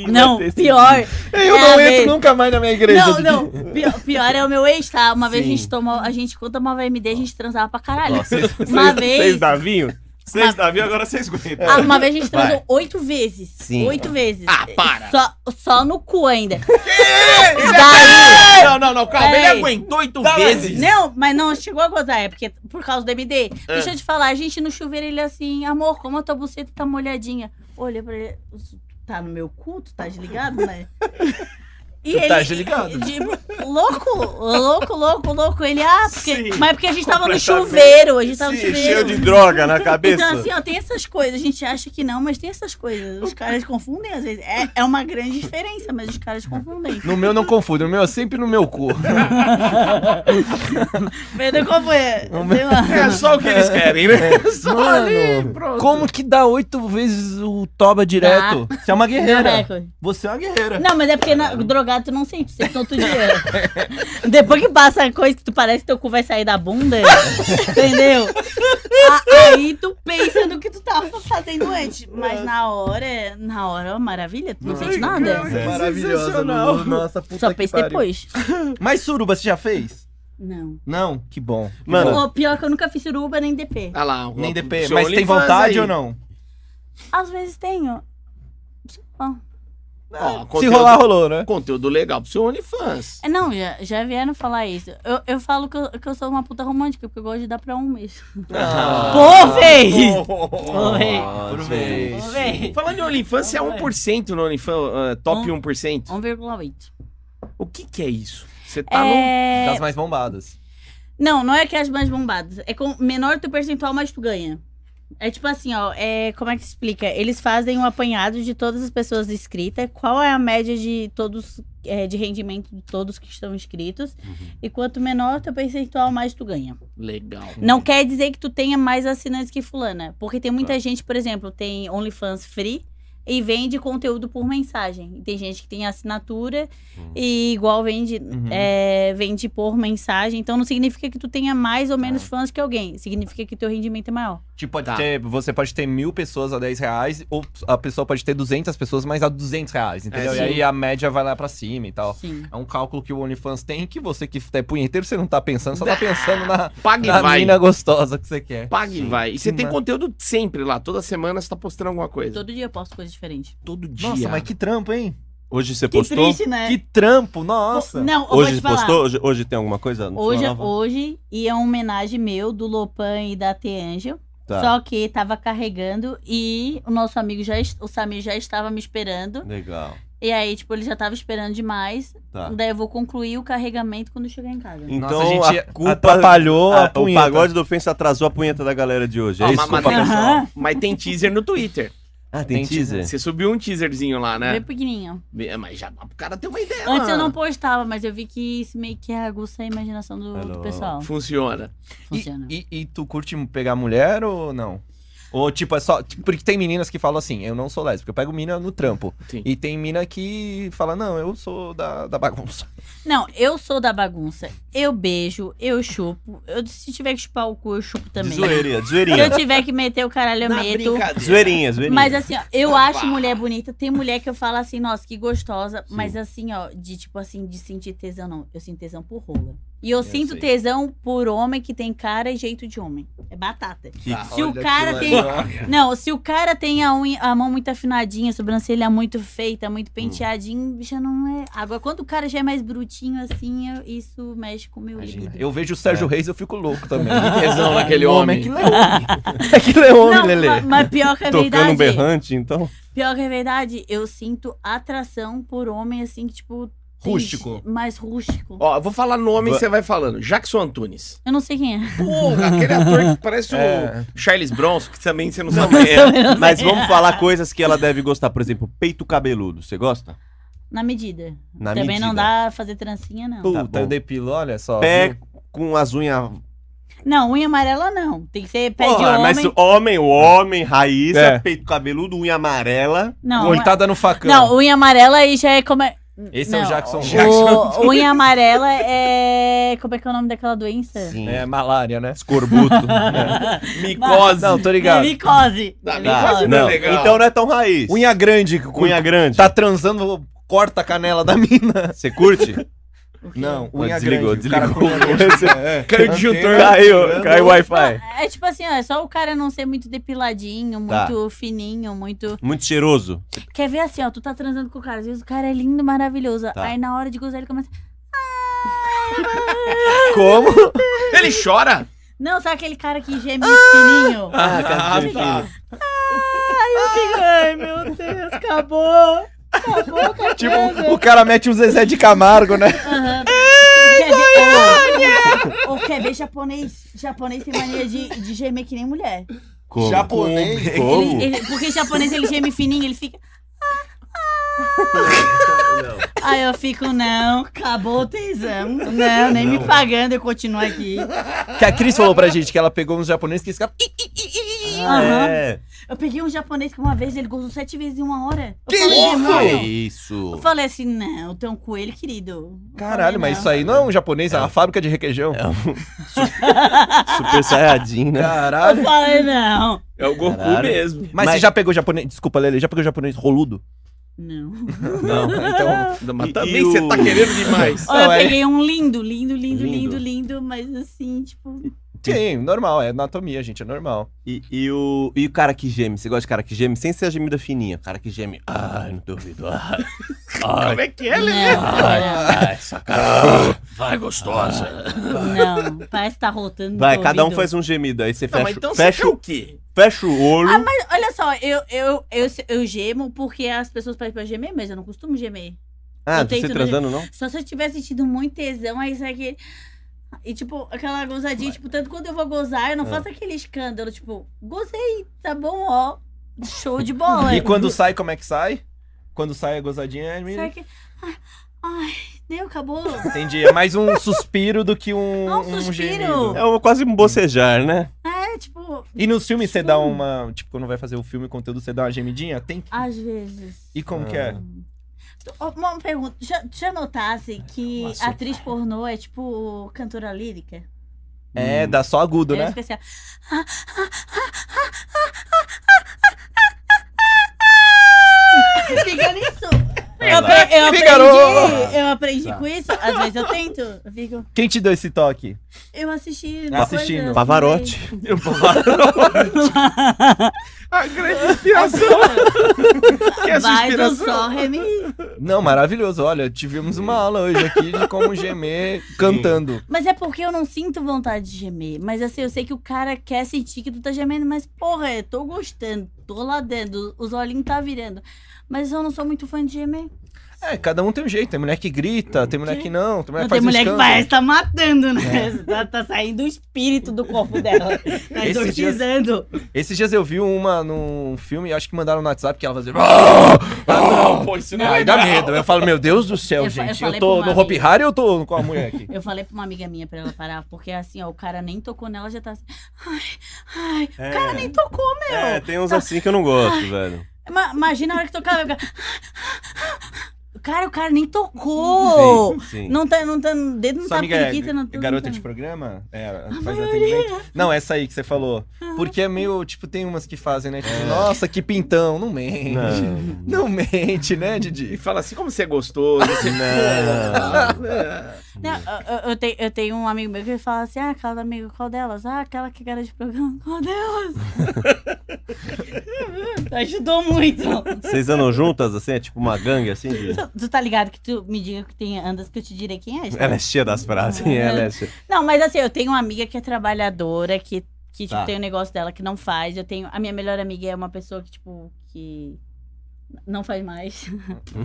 S3: não, pior.
S2: Eu
S3: É,
S2: não
S3: a
S2: entro
S3: vez-
S2: nunca mais na minha igreja.
S3: Não, não. Pior, pior é o meu ex, tá? Uma vez a
S4: Sim.
S3: gente tomou, a gente quando tomava MD, a gente transava pra caralho.
S4: Ó, Vocês
S3: Uma
S4: vocês-
S3: vez-
S4: vocês Davinho? Vocês
S3: Uma-
S4: Davinho, agora vocês aguentam.
S3: Ah, uma vez a gente
S4: Vai.
S3: transou oito vezes.
S4: Sim.
S3: Oito vezes.
S1: Ah, para.
S3: Só, só no cu ainda.
S1: Não, não, não, calma. Ele
S3: Peraí.
S1: aguentou oito
S4: Tá, mas-
S1: vezes.
S3: Não, mas não, chegou a gozar, é porque por causa do MD.
S4: É.
S3: Deixa eu te falar, a gente no chuveiro, ele assim, amor, como a tua buceta tá molhadinha. Olha pra ele, "Tu tá no meu cu, tu tá desligado, né? E
S2: Tu tá desligado.
S3: tipo, louco, louco, louco, louco. Ele, ah, porque.
S4: Sim,
S3: mas porque a gente tava no
S4: completamente.
S3: chuveiro, a gente tava no
S4: Sim,
S3: chuveiro.
S4: cheio de droga na cabeça.
S3: Então, assim, ó, tem essas coisas. A gente acha que não, mas tem essas coisas. Os caras confundem às vezes. É, é uma grande diferença, mas os caras confundem.
S2: No meu não confundo, no meu é sempre no meu cu.
S3: Pedro, qual foi? Sei lá.
S1: É só o que eles querem,
S3: É.
S1: né? Só ali,
S2: Mano,
S1: pronto.
S2: como que dá oito vezes o toba direto? Você é uma guerreira.
S3: Recorde.
S2: Você é uma guerreira.
S3: Não, mas é porque na, drogado tu não sente, tu sente todo dia. Depois que passa a coisa que tu parece que teu cu vai sair da bunda, entendeu? A- aí tu pensa no que tu tava fazendo antes. Mas na hora, na hora, ó, maravilha, tu não sente nada.
S1: cara, que
S2: Maravilhosa,
S1: sensacional.
S2: Lulu. Nossa, puta
S3: Só
S2: que
S3: pensa
S2: pariu.
S3: depois.
S2: Mas suruba, você já fez?
S3: Não.
S2: Não? Que bom. Que
S4: Mano,
S2: bom.
S3: Ou pior que eu nunca fiz suruba nem DP.
S1: Ah lá, o-
S2: nem DP.
S1: seu
S2: Mas tem
S1: OnlyFans
S2: vontade
S1: aí.
S2: ou não?
S3: Às vezes tenho. Ó.
S1: Ó,
S2: Se
S1: conteúdo-
S2: rolar, rolou, né?
S1: um Conteúdo legal pro seu OnlyFans.
S3: É, Não, já, já vieram falar isso. Eu, eu falo que eu, que eu sou uma puta romântica, porque eu gosto de dar pra um mesmo.
S2: Ah.
S3: Pô, véi! Pô, véi!
S2: Aproveite.
S3: Vamos ver.
S1: Falando em OnlyFans, você é 1% no OnlyFans, ah, top
S3: Um-
S1: 1%.
S3: 1,8.
S1: O que que é isso? Você tá no...
S3: É,
S2: Das mais bombadas.
S3: É Não, não é que as mais bombadas. É com menor teu percentual, mais tu ganha. É tipo assim, ó, é, como é que explica? Eles fazem um apanhado de todas as pessoas inscritas, qual é a média de todos, é, de rendimento de todos que estão inscritos, e quanto menor teu percentual, mais tu ganha.
S1: Legal.
S3: Não quer dizer que tu tenha mais assinantes que fulana, porque tem muita
S4: Tá.
S3: gente, por exemplo, tem OnlyFans free e vende conteúdo por mensagem. E tem gente que tem assinatura
S4: Hum.
S3: e igual vende,
S2: Uhum.
S3: é, vende por mensagem. Então não significa que tu tenha mais ou menos fãs que alguém, significa que teu rendimento é maior.
S2: Tipo, pode
S1: Tá.
S2: ter- você pode ter mil pessoas a 10 reais, ou a pessoa pode ter 200 pessoas, mas a 200 reais, entendeu?
S1: É,
S2: e
S1: sim.
S2: aí a média vai lá pra cima e tal.
S3: Sim.
S2: É um cálculo que o OnlyFans tem que você que é punheteiro, você não tá pensando, só tá pensando na,
S1: Paga e
S2: na
S1: vai.
S2: mina gostosa que você quer.
S1: Paga e
S2: Sim.
S1: vai. E você tem
S2: Mas-
S1: conteúdo sempre lá. Toda semana você tá postando alguma coisa.
S3: Todo dia eu posto coisa diferente.
S1: Todo dia.
S2: Nossa, mas que trampo, hein?
S4: Hoje você
S3: Que
S4: postou?
S3: triste, né?
S2: Que trampo, nossa.
S3: Não, eu vou
S4: Hoje
S3: te falar.
S4: postou? Hoje, hoje tem alguma coisa? no
S3: Hoje, é
S4: Nova?
S3: hoje, e é uma homenagem meu, do Lopan e da The Angel.
S4: Tá.
S3: Só que tava carregando e o nosso amigo já, est- o Samir já estava me esperando.
S4: Legal.
S3: E aí, tipo, ele já tava esperando demais.
S4: Tá.
S3: Daí eu vou concluir o carregamento quando eu chegar em casa.
S4: Então
S2: Nossa, a gente
S4: a culpa
S2: atrapalhou a
S4: Ah, o
S2: punheta.
S4: pagode do ofensa atrasou a punheta da galera de hoje.
S1: Ó,
S4: é
S1: ma-
S4: isso,
S1: ma-
S4: culpa
S1: tem-
S4: pessoal.
S3: Aham.
S1: Ah, Mas tem teaser no Twitter.
S4: Ah, tem
S2: Tem teaser.
S4: teaser?
S1: Você subiu um teaserzinho lá,
S3: Bem
S1: né?
S3: pequenininho.
S1: É, Mas já dá pro cara ter uma ideia.
S3: Antes eu
S1: mano.
S3: não postava, mas eu vi que isso meio que aguça a imaginação do, do
S4: Hello.
S3: pessoal.
S1: Funciona.
S3: Funciona.
S2: E, e- e tu curte pegar mulher ou não? Ou tipo, é só. tipo, porque tem meninas que falam assim, eu não sou lésbica, eu pego mina no trampo.
S1: Sim.
S2: E tem mina que fala, não, eu sou da, da bagunça.
S3: Não, eu sou da bagunça. Eu beijo, eu chupo. Eu, se tiver que chupar o cu, eu chupo também.
S4: De zoeirinha, de
S3: Se eu
S4: zoeirinha.
S3: tiver que meter o caralho, eu
S1: Na
S3: meto.
S1: é brincadeira.
S4: Zoeirinha, zoeirinha.
S3: Mas assim, ó, eu
S1: Opa.
S3: acho mulher bonita. Tem mulher que eu falo assim, nossa, que gostosa. Mas assim, ó, de tipo assim, de sentir tesão, não. Eu sinto tesão por rola. E eu, sinto
S4: sei.
S3: tesão por homem que tem cara e jeito de homem. É batata.
S4: Que-
S1: Tá.
S3: Se o cara tem- Não, se o cara tem a, unha- a mão muito afinadinha, a sobrancelha muito feita, muito
S4: Hum.
S3: penteadinho, já não é. Agora, quando o cara já é mais brutinho assim, eu- isso mexe com o meu libido.
S2: Eu vejo o Sérgio Reis, eu fico louco também.
S1: Que tesão naquele
S2: Um
S1: homem.
S2: Que leone. que leone,
S3: Não,
S2: Lele.
S3: ma- mas pior que é a
S4: Tocando um
S3: verdade.
S4: berrante, então.
S3: Pior que é verdade, eu sinto atração por homem, assim, que, tipo. tem
S2: Rústico.
S3: ge- Mais rústico.
S1: Ó, eu vou falar nome e
S4: Va-
S1: você vai falando. Jackson Antunes.
S3: Eu não sei quem é.
S1: Porra, aquele ator que parece
S2: É.
S1: o Charles Bronson, que também você não
S4: Não,
S1: sabe.
S4: é, mas vamos falar coisas que ela deve gostar. Por exemplo, peito cabeludo. Você gosta?
S3: Na medida.
S4: Na
S3: Também
S4: medida.
S3: não dá fazer trancinha, não.
S4: Puta,
S2: Tá bom. eu depilo, olha só.
S4: Pé
S2: viu?
S4: com as unhas.
S3: Não, unha amarela não. Tem que ser pé de
S4: Porra,
S3: homem.
S4: mas o homem, o homem, raiz,
S2: É.
S4: peito cabeludo, unha amarela.
S3: Não,
S4: tá
S2: Coitada no tá facão.
S3: não, unha amarela aí já é como é.
S2: Esse é
S3: Não,
S2: o Jackson.
S1: Já-
S3: O, unha amarela é. Como é que é o nome daquela doença?
S4: Sim.
S2: É malária, né?
S4: Escorbuto.
S1: Micose.
S2: Não, tô ligado.
S3: É micose.
S1: Não,
S3: É
S1: micose
S3: micose.
S2: né?
S1: não é
S4: Não,
S1: legal.
S4: então não é tão raiz.
S2: Unha grande, que
S4: Unha grande.
S2: tá transando, corta a canela da mina.
S4: Você curte?
S3: O quê?
S2: Não,
S4: Pô,
S2: unha
S4: desligou,
S2: grande. o cara
S4: desligou.
S2: com unha grande. É.
S1: Caiu o disjuntor.
S2: Antena-
S4: Caiu, caiu o Wi-Fi.
S3: É tipo assim, ó, é só o cara não ser muito depiladinho,
S4: Tá.
S3: muito fininho, muito.
S4: Muito cheiroso.
S3: Quer ver assim, ó, tu tá transando com o cara, às vezes o cara é lindo, maravilhoso.
S4: Tá.
S3: Aí na hora de gozar ele começa.
S2: Como?
S1: Ele chora?
S3: Não, sabe aquele cara que geme fininho? Ah!
S4: Ah, cara,
S1: tá.
S3: Aí eu fico, ai meu Deus, acabou! Acabou, tá
S2: Tipo,
S3: vendo?
S2: o cara mete um Zezé de Camargo, né?
S3: Aham. Quer ver, ou, quer ver japonês? Japonês tem mania de, de gemer que nem mulher.
S4: Como?
S2: Japonês.
S4: Como?
S3: Ele- ele- porque japonês ele geme fininho, ele fica. Aí eu fico, não, acabou o tesão. Não, nem me pagando, eu continuo aqui.
S2: Que a Cris falou pra gente que ela pegou uns japoneses que esse cara...
S3: Aham.
S4: É.
S3: Eu peguei um japonês que uma vez ele gozou sete vezes em uma hora. Eu
S2: Que
S3: falei,
S2: isso?
S3: "Demônio."
S4: isso?
S3: Eu falei assim, não, tem um coelho, querido. Eu
S2: Tipo, Caralho,
S3: falei,
S2: mas
S3: não.
S2: isso aí não é um japonês, é uma fábrica de requeijão.
S4: Super Saiyajin, né?
S3: Eu
S2: Caralho.
S3: falei, não.
S1: É o Goku
S4: Caralho.
S1: mesmo.
S2: Mas, você
S4: Mas-
S2: já pegou japonês... Desculpa, Lele, já pegou japonês roludo?
S3: Não.
S2: Não, então...
S1: Mas
S4: E-
S1: também
S4: e o-
S1: você tá querendo demais.
S3: Olha, eu
S2: é-
S3: peguei um lindo, lindo, lindo,
S4: Lindo.
S3: lindo, lindo, mas assim, tipo.
S2: Sim, normal, é anatomia, gente, é normal.
S4: E, e o, e o cara que geme? Você gosta de cara que geme? Sem ser a gemida fininha. Cara que geme. Ai, não tô ouvindo. Ai, ai,
S1: Como é que é, Lele?
S3: Não,
S4: ai, sacanagem.
S1: Vai, gostosa.
S3: não, não, parece que tá rotando. no
S4: Vai,
S3: teu
S4: cada um
S3: ouvido.
S4: faz um gemido. Aí você
S1: Não,
S4: fecha,
S1: mas então você
S4: fecha,
S1: quer o quê?
S4: fecha o olho.
S3: Ah, Mas olha só, eu, eu, eu, eu gemo porque as pessoas pedem pra eu gemer, mas eu não costumo gemer.
S4: ah,
S3: eu
S4: você
S3: tento
S4: transando não?
S3: Só se eu tivesse sentido muito tesão, aí isso aqui. E, tipo, aquela gozadinha, tipo, tanto quando eu vou gozar, eu
S2: Ah.
S3: não faço aquele escândalo, tipo, gozei, tá bom, ó. Show de bola.
S2: E quando sai, como é que sai? Quando sai a gozadinha, é...
S3: Será que. Ai, ai, deu, acabou.
S2: Entendi. É mais um suspiro do que um,
S3: Ah, um suspiro.
S2: gemido.
S4: É um- quase um bocejar, né?
S3: É, tipo,
S2: E nos filmes você dá uma. Tipo, quando vai fazer o filme, o conteúdo, você dá uma gemidinha? Tem. que-
S3: às vezes.
S2: E como
S4: Ah.
S2: que é?
S3: Ó, Uma pergunta, já, já notasse assim,
S2: É,
S3: que
S2: Nossa.
S3: atriz pornô é tipo cantora lírica?
S2: É, dá só agudo,
S3: Ela
S2: né?
S3: fica assim, ó, Fica nisso. Eu,
S2: Ela-
S3: apre- eu
S2: Figaro!
S3: aprendi, eu aprendi
S1: Tá.
S3: com isso. Às vezes eu tento. Eu, fico,
S2: Quem te deu esse toque?
S3: eu assisti.
S2: Tá assistindo.
S3: coisa,
S4: Pavarotti.
S1: A grande inspiração. que essa
S3: assim, Vai do
S1: inspiração.
S3: sol, Remi.
S2: Não, maravilhoso. Olha, tivemos uma aula hoje aqui de como gemer cantando.
S3: Mas é porque eu não sinto vontade de gemer. Mas assim, eu sei que o cara quer sentir que tu tá gemendo. Mas, porra, eu tô gostando, tô lá dentro, os olhinhos tá virando. Mas eu não sou muito fã de gemer.
S2: É, cada um tem um jeito. Tem mulher que grita, tem mulher
S3: Sim.
S2: que não, tem mulher
S3: Não
S2: que
S3: tem
S2: faz
S3: mulher que
S2: escândalo.
S3: parece tá matando, né? Tá, tá saindo o espírito do corpo dela. Tá
S2: Esse
S3: exorcizando.
S2: Esses dias eu vi uma num filme, acho que mandaram no WhatsApp que ela fazia.
S1: Pô, isso não é
S2: Aí dá
S1: legal.
S2: medo. Eu falo, meu Deus do céu,
S3: Ah! Eu fa- eu
S2: gente. Eu,
S3: falei pra
S2: tô
S3: uma
S2: no Hopi
S3: amiga.
S2: Hari eu tô com a mulher aqui.
S3: Eu falei pra uma amiga minha pra ela parar, porque assim, ó, o cara nem tocou nela, já tá assim. Ai, ai, o cara
S4: É.
S3: nem tocou, meu.
S4: É, tem uns assim que eu não gosto, velho.
S3: Ma- imagina a hora que tocava. eu ficava, "Ah, Cara, o cara nem tocou.
S4: Sim.
S3: Não tá, não tá, o dedo não
S2: Sua
S3: tá
S2: amiga é
S3: periquita, não tá.
S2: garota de
S3: não tá.
S2: programa? É, faz atendimento. Não, essa aí que você falou. Porque é meio, tipo, tem umas que fazem, né? Tipo, nossa, que pintão. Não mente. Não.
S4: É. Não.
S2: mente, né,
S1: E
S2: Didi?
S1: fala assim, como você é gostoso. Você...
S3: Não, eu, eu- eu tenho, eu tenho um amigo meu que fala assim: ah, aquela da amiga, qual delas? Ah, aquela que era de programa, qual delas? Ajudou muito.
S4: Vocês andam juntas, assim? É tipo uma gangue, assim? de-
S3: Tu, tu tá ligado que tu me diga que tem andas que eu te direi quem é? gente?
S4: Ela é cheia das frases, hein? Ela é cheia.
S3: Não, mas assim, eu tenho uma amiga que é trabalhadora, que, que tipo,
S4: Tá.
S3: tem um negócio dela que não faz. Eu tenho. A minha melhor amiga é uma pessoa que, tipo, que não faz mais.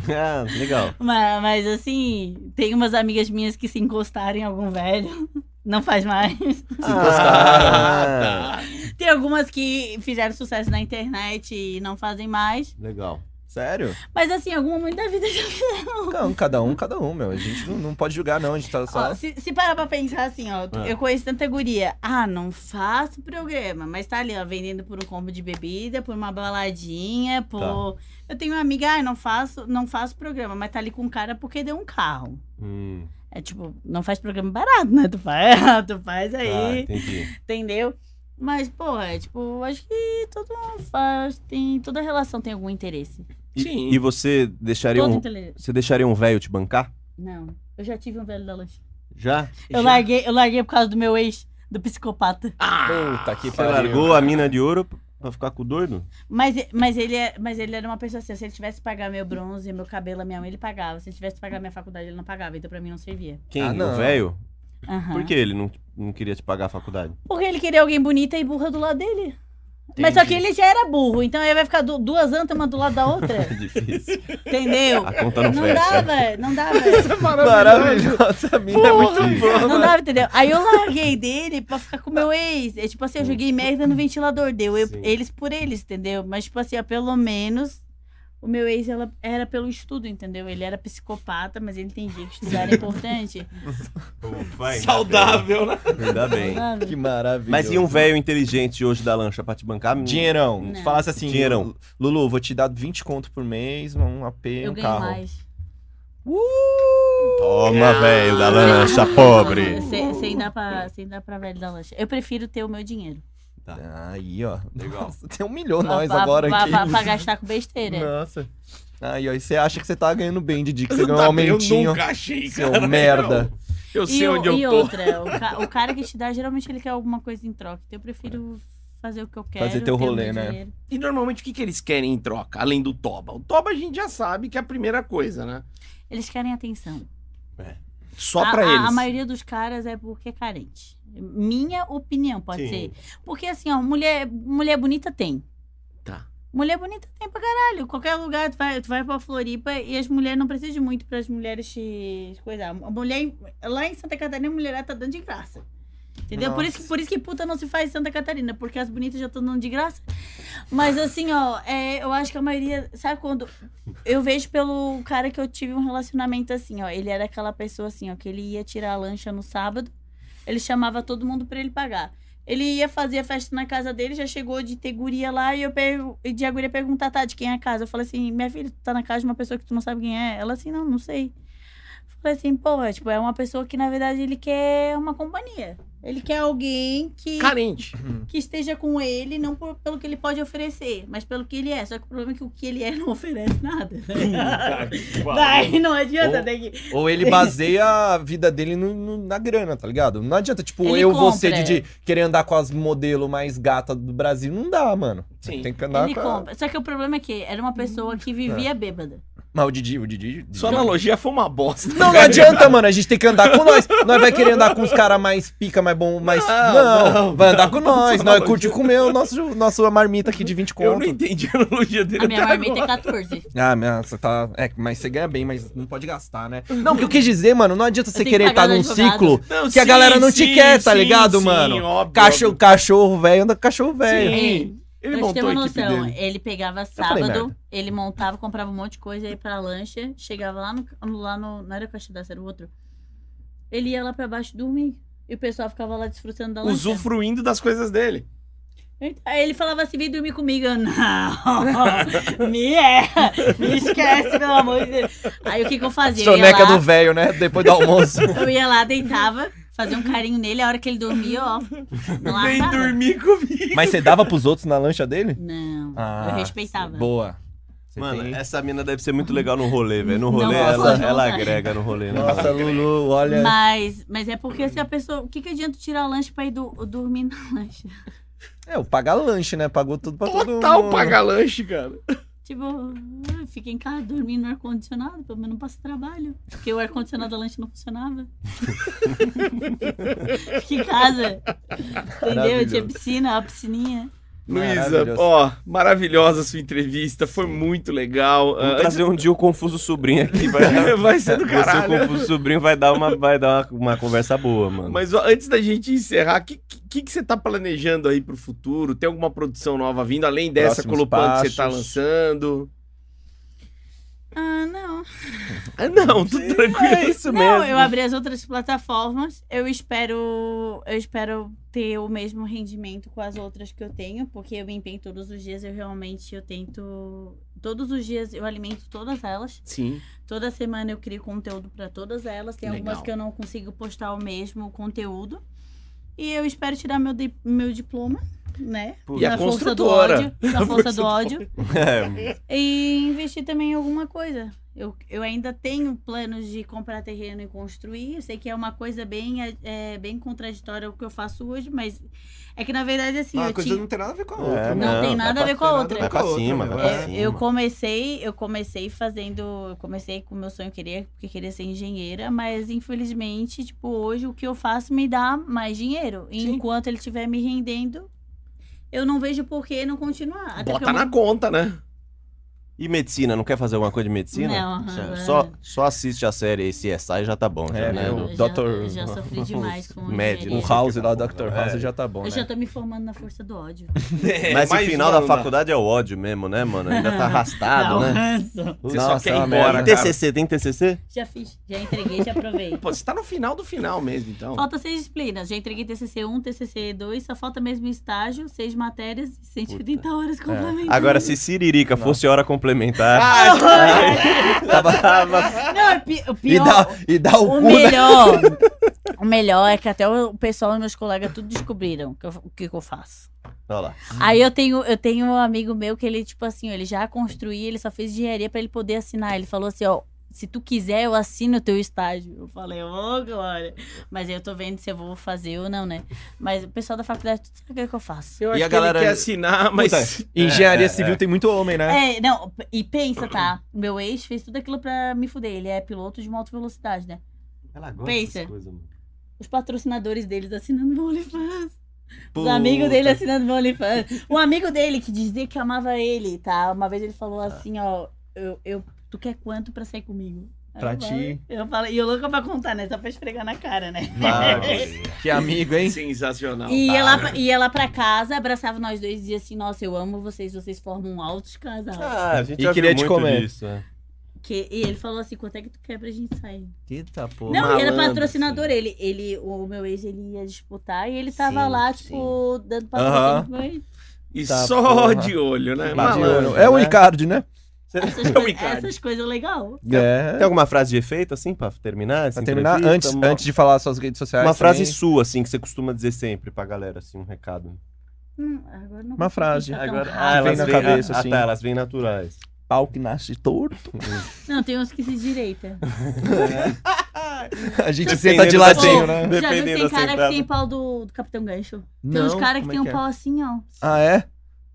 S3: É.
S4: Ah, legal.
S3: Mas, mas, assim, tem umas amigas minhas que se encostarem em algum velho. Não faz mais.
S4: Ah, tá.
S3: Tem algumas que fizeram sucesso na internet e não fazem mais.
S4: Legal.
S2: Sério?
S3: Mas assim, em algum momento da vida já fizeram.
S2: Não, cada um, cada um, meu. A gente não, não pode julgar, não. A gente tá
S3: Ó,
S2: só.
S3: se, se parar pra pensar assim, ó, tu-
S4: Ah.
S3: eu conheço tanta guria. Ah, não faço programa, mas tá ali, ó, vendendo por um combo de bebida, por uma baladinha,
S4: Tá.
S3: por. Eu tenho uma amiga, ah, não faço, não faço programa, mas tá ali com o cara porque deu um carro.
S4: Hum,
S3: É tipo, não faz programa barato, né? Tu faz, tu faz
S4: tá,
S3: aí,
S4: entendi.
S3: entendeu? Mas, porra, é tipo, acho que todo mundo faz, tem, toda relação tem algum interesse.
S4: E,
S1: Sim.
S4: e você deixaria
S3: Todo
S4: um...
S3: interesse.
S4: Você deixaria um velho te bancar?
S3: Não, eu já tive um velho da lanche.
S4: Já?
S3: Eu larguei, eu larguei por causa do meu ex, do psicopata.
S1: Ah,
S2: Puta que
S4: Você largou a mina de ouro pra ficar com o doido?
S3: Mas, mas, ele, é- mas ele era uma pessoa assim, se ele tivesse que pagar meu bronze, meu cabelo, a minha unha, ele pagava. Se ele tivesse que pagar minha faculdade, ele não pagava. Então pra mim não servia.
S4: Quem?
S2: Ah, não.
S4: O velho?
S3: Aham.
S4: Por que ele não, não queria te pagar a faculdade?
S3: Porque ele queria alguém bonita e burra do lado dele. Mas só que ele já era burro, então aí vai ficar du- duas antas uma do lado da
S4: É
S3: outra,
S4: difícil.
S3: entendeu?
S4: A conta não,
S3: Não
S4: fecha.
S3: dava, não dava,
S1: É
S2: Maravilhosa, a mina é muito boa.
S3: não dava, entendeu? Aí eu larguei dele pra ficar com meu ex. É tipo assim, eu
S2: Hum.
S3: joguei merda no ventilador, deu eu-
S4: Sim.
S3: eles por eles, entendeu? Mas tipo assim, ó, pelo menos o meu ex ela, era pelo estudo, entendeu? Ele era psicopata, mas ele entendia que estudar era importante.
S1: saudável, né?
S4: Ainda bem.
S3: Sabe?
S2: Que maravilha.
S4: Mas e um velho inteligente hoje da lancha pra te bancar? Hum,
S2: Dinheirão.
S3: Não.
S2: Falasse assim,
S4: Dinheirão.
S2: Lulu, vou te dar 20 conto por mês, um AP,
S3: Eu
S2: um
S3: ganho
S2: carro. Uh!
S3: mais. Ah,
S4: Toma, velho da lancha,
S3: Nossa,
S4: pobre.
S3: Sem, sem, dar pra, sem dar pra velho da lancha. Eu prefiro ter o meu dinheiro.
S2: Aí, ó.
S4: Legal.
S2: Nossa, tem um milhão nós
S3: pra,
S2: agora
S3: pra,
S2: aqui.
S3: pra- pra gastar com besteira.
S2: Nossa. Aí, ó, e você acha que você tá ganhando bem, Didi, que você ganhou um
S1: Tá bem, Eu
S2: aumentinho.
S1: nunca achei,
S2: Seu
S1: cara.
S2: merda.
S1: Eu, eu
S3: E,
S1: sei
S3: o-
S1: onde eu
S3: e
S1: tô.
S3: outra, o, ca- o cara que te dá, geralmente ele quer alguma coisa em troca. Então eu prefiro fazer o que eu quero.
S2: É. Fazer teu
S3: ter o meu
S2: rolê, né?
S3: dinheiro.
S1: E normalmente o que, que eles querem em troca, além do toba? O toba a gente já sabe que é a primeira coisa, né?
S3: Eles querem atenção.
S1: Só
S3: a,
S1: pra
S3: a-
S1: eles.
S3: a maioria dos caras é porque é carente. Minha opinião, pode
S4: Sim.
S3: ser. Porque assim, ó, mulher, mulher bonita tem.
S1: Tá.
S3: Mulher bonita tem pra caralho. Qualquer lugar, tu vai, tu vai pra Floripa e as mulheres não precisam de muito para as mulheres te coisar. A mulher, em- lá em Santa Catarina, a mulherada tá dando de graça. Entendeu? Por isso, que- por isso que puta não se faz em Santa Catarina, porque as bonitas já estão dando de graça. Mas assim, ó, é, eu acho que a maioria. Sabe quando. Eu vejo pelo cara que eu tive um relacionamento assim, ó. Ele era aquela pessoa assim, ó, que ele ia tirar a lancha no sábado, ele chamava todo mundo pra ele pagar. Ele ia fazer a festa na casa dele, já chegou de ter guria lá e eu pergu- e de a guria perguntar, tá, de quem é a casa? Eu falei assim, minha filha, tu tá na casa de uma pessoa que tu não sabe quem é? Ela assim, não, não sei. Eu falei assim, porra, tipo, é uma pessoa que, na verdade, ele quer uma companhia. Ele quer alguém que
S1: Carente.
S3: que esteja com ele, não por- pelo que ele pode oferecer, mas pelo que ele é. Só que o problema é que o que ele é não oferece nada.
S5: Puta
S3: né?
S5: que pariu.
S3: Daí não adianta,
S2: Ou-
S3: tem que.
S2: Ou ele baseia a vida dele no- no- na grana, tá ligado? Não adianta, tipo,
S3: Ele
S2: eu vou
S3: compra,
S2: ser de,
S3: é.
S2: de querer andar com as modelo mais gata do Brasil. Não dá, mano.
S1: Sim.
S2: Tem que andar
S3: Ele
S2: com a-
S3: compra. Só que o problema é que era uma pessoa que vivia bêbada.
S2: Mas o Didi, o Didi. Didi-
S1: Sua analogia foi uma bosta.
S2: Não, não adianta, mano. A gente tem que andar com nós. Nós vai querer andar com os caras mais pica, mais bom, mais.
S1: Não,
S2: Não,
S1: não,
S2: vai andar
S1: não,
S2: com
S1: não,
S2: nós.
S1: não,
S2: Nós
S1: não.
S2: curte comer o nosso, nosso marmita aqui de 20
S1: Eu não
S2: conto.
S1: entendi a analogia dele.
S3: A minha
S1: até
S3: marmita é
S1: agora.
S3: 14.
S2: Ah, minha, você tá. É, mas você ganha bem, mas não pode gastar, né? Não, o que eu quis dizer, mano, não adianta você
S3: tenho que
S2: querer estar
S3: pagar
S2: num
S3: no
S2: ciclo
S3: advogado.
S1: Não,
S2: que a
S1: sim,
S2: galera não te
S1: sim,
S2: quer, tá
S1: sim,
S2: ligado,
S1: sim,
S2: mano?
S1: óbvio,
S2: Cachorro, cachorro velho anda com cachorro
S1: óbvio.
S2: velho.
S1: Sim. Ele
S3: Pra gente ter
S1: montou a
S3: uma
S1: equipe
S3: noção,
S1: dele.
S3: ele pegava
S2: falei
S3: sábado,
S2: merda.
S3: ele montava, comprava um monte de coisa, ia pra lancha, chegava lá no. Lá no não era o Caixa Dessa, era o outro. Ele ia lá pra baixo dormir. E o pessoal ficava lá desfrutando da lancha.
S1: Usufruindo das coisas dele.
S3: Aí ele falava assim, vem dormir comigo. Eu, não, me erra, me esquece, pelo amor de Deus. Aí o que, que eu fazia? Eu ia,
S2: Soneca
S3: lá,
S2: do velho, né? Depois do almoço.
S3: eu ia lá, deitava, fazia um carinho nele, a hora que ele dormia, ó. Não
S1: Vem
S3: largava.
S1: dormir comigo.
S2: mas você dava pros outros na lancha dele?
S3: Não,
S2: Ah,
S3: eu respeitava.
S2: Boa. Você
S4: Mano,
S2: tem-
S4: essa mina deve ser muito legal no rolê, velho. No
S3: Não,
S4: rolê,
S3: nossa,
S4: ela,
S3: não,
S4: ela
S3: não.
S4: agrega no rolê, né?
S2: Nossa, Lulu, olha.
S3: Mas, mas é porque se a pessoa. O que, que adianta tirar lanche pra ir do, dormir na lancha?
S2: É, o pagar lanche, né? Pagou tudo pra todo mundo.
S1: Total pagalanche, cara.
S3: Tipo, ah, fica em casa dormindo no ar-condicionado, pelo menos não passa trabalho. Porque o ar-condicionado da lancha não funcionava. Fica em casa. Entendeu? Tinha
S2: Maravilhoso.
S3: piscina, a piscininha.
S1: Luísa,
S2: Maravilhoso.
S1: ó, maravilhosa a sua entrevista, foi muito legal.
S4: Vamos
S1: Ah, antes-
S4: trazer um dia o Confuso Sobrinho aqui. Vai,
S1: Vai ser do caralho.
S4: Você, o Confuso Sobrinho, vai dar uma, vai dar uma, uma conversa boa, mano.
S1: Mas ó, antes da gente encerrar, o que, que, que você tá planejando aí pro futuro? Tem alguma produção nova vindo, além dessa
S2: Próximos
S1: Colopan que você
S2: passos.
S1: tá lançando?
S3: Ah, não.
S1: Ah, não, tudo tranquilo.
S4: É isso
S3: não,
S4: mesmo.
S3: eu abri as outras plataformas. Eu espero, eu espero ter o mesmo rendimento com as outras que eu tenho, porque eu me empenho todos os dias. Eu realmente eu tento todos os dias eu alimento todas elas.
S1: Sim.
S3: Toda semana eu crio conteúdo para todas elas. Tem algumas
S1: Legal.
S3: que eu não consigo postar o mesmo conteúdo. E eu espero tirar meu, di- meu diploma, né?
S1: E a
S3: Da força do
S1: construtora.
S3: ódio. Da força do ódio.
S4: É,
S3: E investir também em alguma coisa. Eu, eu ainda tenho planos de comprar terreno e construir. Eu sei que é uma coisa bem, é, é, bem contraditória o que eu faço hoje, mas é que na verdade assim,
S2: Uma
S3: eu,
S2: coisa
S3: tinha-
S2: não tem nada Ah, a ver com a
S4: É,
S2: outra.
S4: não,
S2: mano.
S4: tem
S2: Tá
S3: nada a
S2: pra-
S3: ver
S2: tem
S3: com a
S2: nada
S3: outra.
S2: ver
S4: Vai
S2: com
S4: pra
S2: a outra,
S4: cima,
S2: meu.
S4: vai pra
S2: É.
S4: cima.
S3: eu comecei, eu comecei fazendo, eu comecei com o meu sonho eu queria, porque queria ser engenheira, mas infelizmente, tipo, hoje o que eu faço me dá mais dinheiro. E
S1: Sim.
S3: enquanto ele estiver me rendendo, eu não vejo por que não continuar. Até porque é
S1: Bota
S3: eu
S1: na conta, né?
S4: E medicina, não quer fazer alguma coisa de medicina?
S3: Não,
S4: Só-
S3: aham.
S4: Só, só assiste a série CSI já tá bom, já,
S2: É,
S4: né?
S2: meu,
S3: Eu
S4: Do-
S3: já,
S2: Dr.
S3: eu já sofri demais com
S4: Médico.
S2: O
S3: engenharia.
S2: House lá, o Dr. House
S4: É.
S2: já tá bom,
S3: Eu já
S2: né?
S3: tô me formando na força do ódio.
S2: É,
S4: Mas
S1: mais
S4: o final
S1: uma
S4: da
S1: não dá.
S4: faculdade é o ódio mesmo, né, mano? Ainda tá
S2: Ah,
S4: arrastado,
S3: Não,
S4: né?
S3: ranço.
S1: Você
S2: Nossa,
S1: só quer
S2: é
S1: ir
S2: uma
S1: embora,
S2: merda.
S1: cara.
S4: TCC, tem TCC?
S3: Já fiz, já entreguei, já provei.
S1: Pô, você tá no final do final mesmo, então.
S3: Falta seis disciplinas. Já entreguei TCC 1, TCC 2, só falta mesmo estágio, seis matérias e 180
S2: É.
S3: horas complementares.
S4: Agora, se Siririca fosse hora
S2: Tá
S4: complementar,
S2: Ah,
S4: tava...
S3: Não, é pi- o
S2: E
S3: pior.
S2: dá, e dá o,
S3: O
S2: cu, né?
S3: melhor, o melhor é que até o pessoal e meus colegas tudo descobriram que eu- o que, que eu faço.
S4: Olha lá.
S3: Aí eu tenho, eu tenho um amigo meu que ele, tipo assim, ele já construía, ele só fez engenharia pra ele poder assinar. Ele falou assim, ó, se tu quiser, eu assino o teu estágio. Eu falei, ô, Glória. Mas eu tô vendo se eu vou fazer ou não, né? Mas o pessoal da faculdade, tudo sabe o que, é que eu faço.
S1: Eu acho
S2: E a
S1: que ele
S2: galera-
S1: quer assinar, mas...
S2: Puta, É, engenharia civil tem muito homem, né?
S3: É, não, e pensa, tá? Meu ex fez tudo aquilo pra me fuder. Ele é piloto de uma alta velocidade, né?
S4: Ela
S3: Pensa. dessas Os patrocinadores deles assinando o OnlyFans. Os amigos dele assinando meu OnlyFans. Um amigo dele que dizia que amava ele, tá? Uma vez ele falou assim, ó, eu, eu- tu quer quanto pra sair comigo? Aí
S2: Pra
S3: eu falei-
S2: ti.
S3: Eu falei, e eu louca pra contar, né? Só pra esfregar na cara, né?
S4: Ah,
S3: É.
S2: Mas, que é amigo, hein? Tá.
S1: Sensacional.
S3: E ia, lá, pra- ia lá pra casa, abraçava nós dois e dizia assim, nossa, eu amo vocês, vocês formam um alto casal.
S4: Ah, a gente
S2: E
S4: já
S2: queria
S4: viu
S2: te
S4: muito
S2: comer.
S4: disso, é.
S3: Que, e ele falou assim, quanto é que tu quer pra gente sair?
S2: Eita, pô.
S3: Não, ele era
S4: malandro,
S3: patrocinador. Ele, ele, o meu ex, ele ia disputar e ele tava
S4: Sim,
S3: lá,
S4: sim.
S3: tipo, dando
S2: Aham.
S3: patrocínio pro meu ex.
S1: E
S2: Tá,
S1: só
S2: porra.
S1: de olho, né?
S2: Tá de
S1: Malandro.
S2: olho. É o
S4: né?
S2: Icardi, né?
S3: Essas,
S1: É o
S3: coi-
S1: Icardi.
S3: essas coisas legal.
S2: É.
S4: Tem alguma frase de efeito, assim, pra terminar? essa
S2: Pra terminar,
S4: entrevista?
S2: antes,
S4: Uma-
S2: antes é, de falar suas redes sociais.
S4: Uma frase
S2: também.
S4: sua, assim, que você costuma dizer sempre pra galera, assim, um recado.
S3: Hum, agora não
S2: Uma
S3: consigo
S2: frase.
S3: pensar tão
S2: Agora-
S3: rápido.
S2: Ah, elas vêm na cabeça,
S4: ah,
S2: assim.
S4: tá, elas vêm naturais.
S2: Pau que nasce torto.
S3: Não, tem uns que se direita.
S2: A gente
S4: Dependendo
S2: senta de
S4: da
S2: ladinho,
S4: gente.
S2: né?
S3: Já viu que
S4: Dependendo
S3: tem
S4: da
S3: cara
S4: sentada.
S3: que tem pau do, do Capitão Gancho? Tem uns caras que
S2: como
S3: tem
S2: é
S3: um
S2: é?
S3: pau assim, ó.
S2: Ah, é?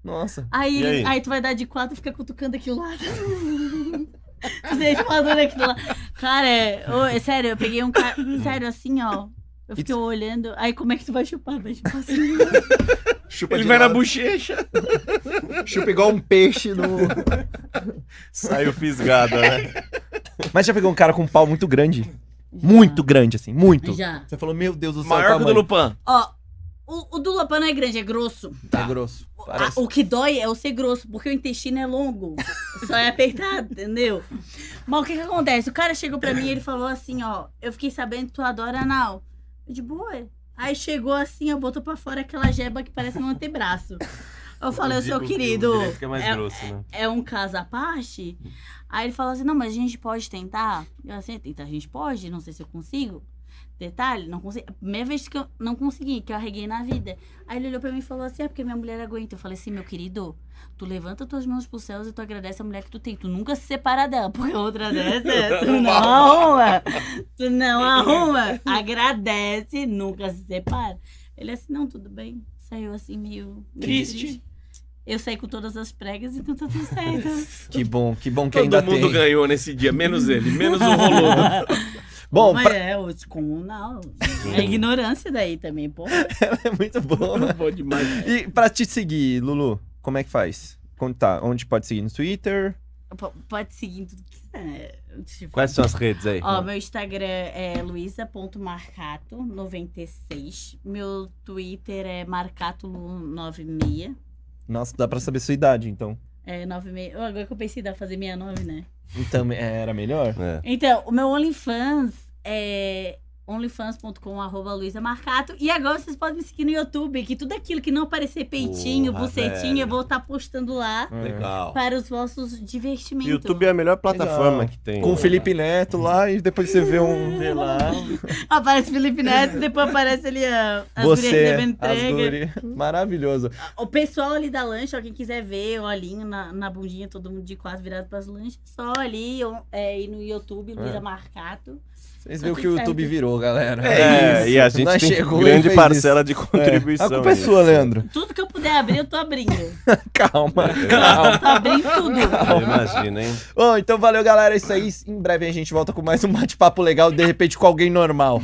S2: Nossa.
S3: Aí,
S4: E
S3: ele-
S4: aí?
S3: aí? tu vai dar de quatro e fica cutucando aqui o lado. tu sente uma dor aqui do lado. Cara, é, ô, é sério, eu peguei um cara. Sério, assim, ó. Eu fiquei olhando. Aí, como é que tu vai chupar? Vai chupar assim.
S2: Chupa
S1: Ele
S2: de
S1: vai na
S2: lado.
S1: bochecha.
S2: Chupa igual um peixe no.
S4: Saiu fisgada, né?
S2: Mas já pegou um cara com um pau muito grande. Muito grande, assim, muito.
S3: Já.
S2: Você falou, meu Deus do céu,
S1: Maior que o do
S2: tamanho.
S1: Lupan.
S3: Ó, o, o do Lopan não é grande, é grosso.
S2: É grosso.
S3: O-
S2: Parece.
S3: a- o que dói é o ser grosso, porque o intestino é longo. Só é apertado, entendeu? Mas o que que acontece? O cara chegou pra mim e ele falou assim, ó. Eu fiquei sabendo que tu adora anal. Eu de boa. Aí chegou assim, eu botou pra fora aquela jeba que parece um antebraço. Eu falei,
S4: O
S3: o seu
S4: direito-
S3: querido,
S4: O direito que é mais
S3: é-
S4: grosso, né?
S3: é um caso à parte? Aí ele falou assim, não, mas a gente pode tentar? Eu assim, tentar a gente pode, não sei se eu consigo. Detalhe, não consegui. A primeira vez que eu não consegui, que eu arreguei na vida. Aí ele olhou pra mim e falou assim, é porque minha mulher aguenta. Eu falei assim, meu querido, tu levanta tuas mãos pros céus e tu agradece a mulher que tu tem. Tu nunca se separa dela, porque outra dessa, é tu não é. arruma. Tu não arruma. Agradece, nunca se separa. Ele assim, não, tudo bem. Saiu assim meio... meio
S1: Triste.
S3: Eu saí com todas as pregas, então tá tudo certo.
S2: Que bom, que bom que ainda
S1: Todo mundo
S2: tem.
S1: ganhou nesse dia, menos ele, menos o roludo.
S2: Bom,
S3: Mas
S2: pra-
S3: é, o descomunal. É ignorância daí também, pô.
S2: é muito bom. né?
S1: Bom demais.
S2: E pra te seguir, Lulu, como é que faz? Como tá? Onde pode seguir? No Twitter?
S3: P- Pode seguir tudo que quiser. Tipo,
S4: Quais são as redes aí?
S3: Ó, meu Instagram é luisa.marcato96. Meu Twitter é marcato96.
S2: Nossa, dá pra saber sua idade, então.
S3: É, 96. Oh, agora que eu pensei, dá pra fazer 69, né?
S2: Então, era melhor?
S4: É.
S3: Então, o meu OnlyFans é onlyfans.com arroba Luísa Marcato. E agora vocês podem me seguir no YouTube, que tudo aquilo que não aparecer peitinho,
S4: Porra,
S3: bucetinho,
S4: velho.
S3: eu vou estar postando lá
S2: É.
S4: Legal.
S3: para os vossos divertimentos.
S4: YouTube é a melhor plataforma
S2: Legal.
S4: que tem. né?
S2: Com o Felipe Neto lá e depois você vê um. Vê lá.
S3: Aparece Felipe Neto, depois aparece ali a, as gurias
S2: Você,
S3: recebendo
S2: as
S3: entrega.
S2: guri. Maravilhoso.
S3: O pessoal ali da lancha, ó, quem quiser ver, o olhinho na, na bundinha, todo mundo de quase virado para as lanchas. Só ali, ó, é, e no YouTube, Luísa Marcato.
S2: Vocês veem o que o YouTube
S3: Certo.
S2: virou, galera.
S4: É, e a gente
S2: Nós
S4: tem
S2: chegou e
S4: grande
S2: fez
S4: parcela de
S2: É.
S4: contribuição.
S2: A culpa é
S4: nisso.
S2: sua, Leandro.
S3: Tudo que eu puder abrir, eu tô abrindo.
S2: Calma,
S4: É.
S2: calma.
S3: Tô abrindo tudo.
S4: Eu imagino, Ah, hein?
S2: Bom, então valeu, galera. É isso aí. Em breve a gente volta com mais um bate-papo legal, de repente com alguém normal.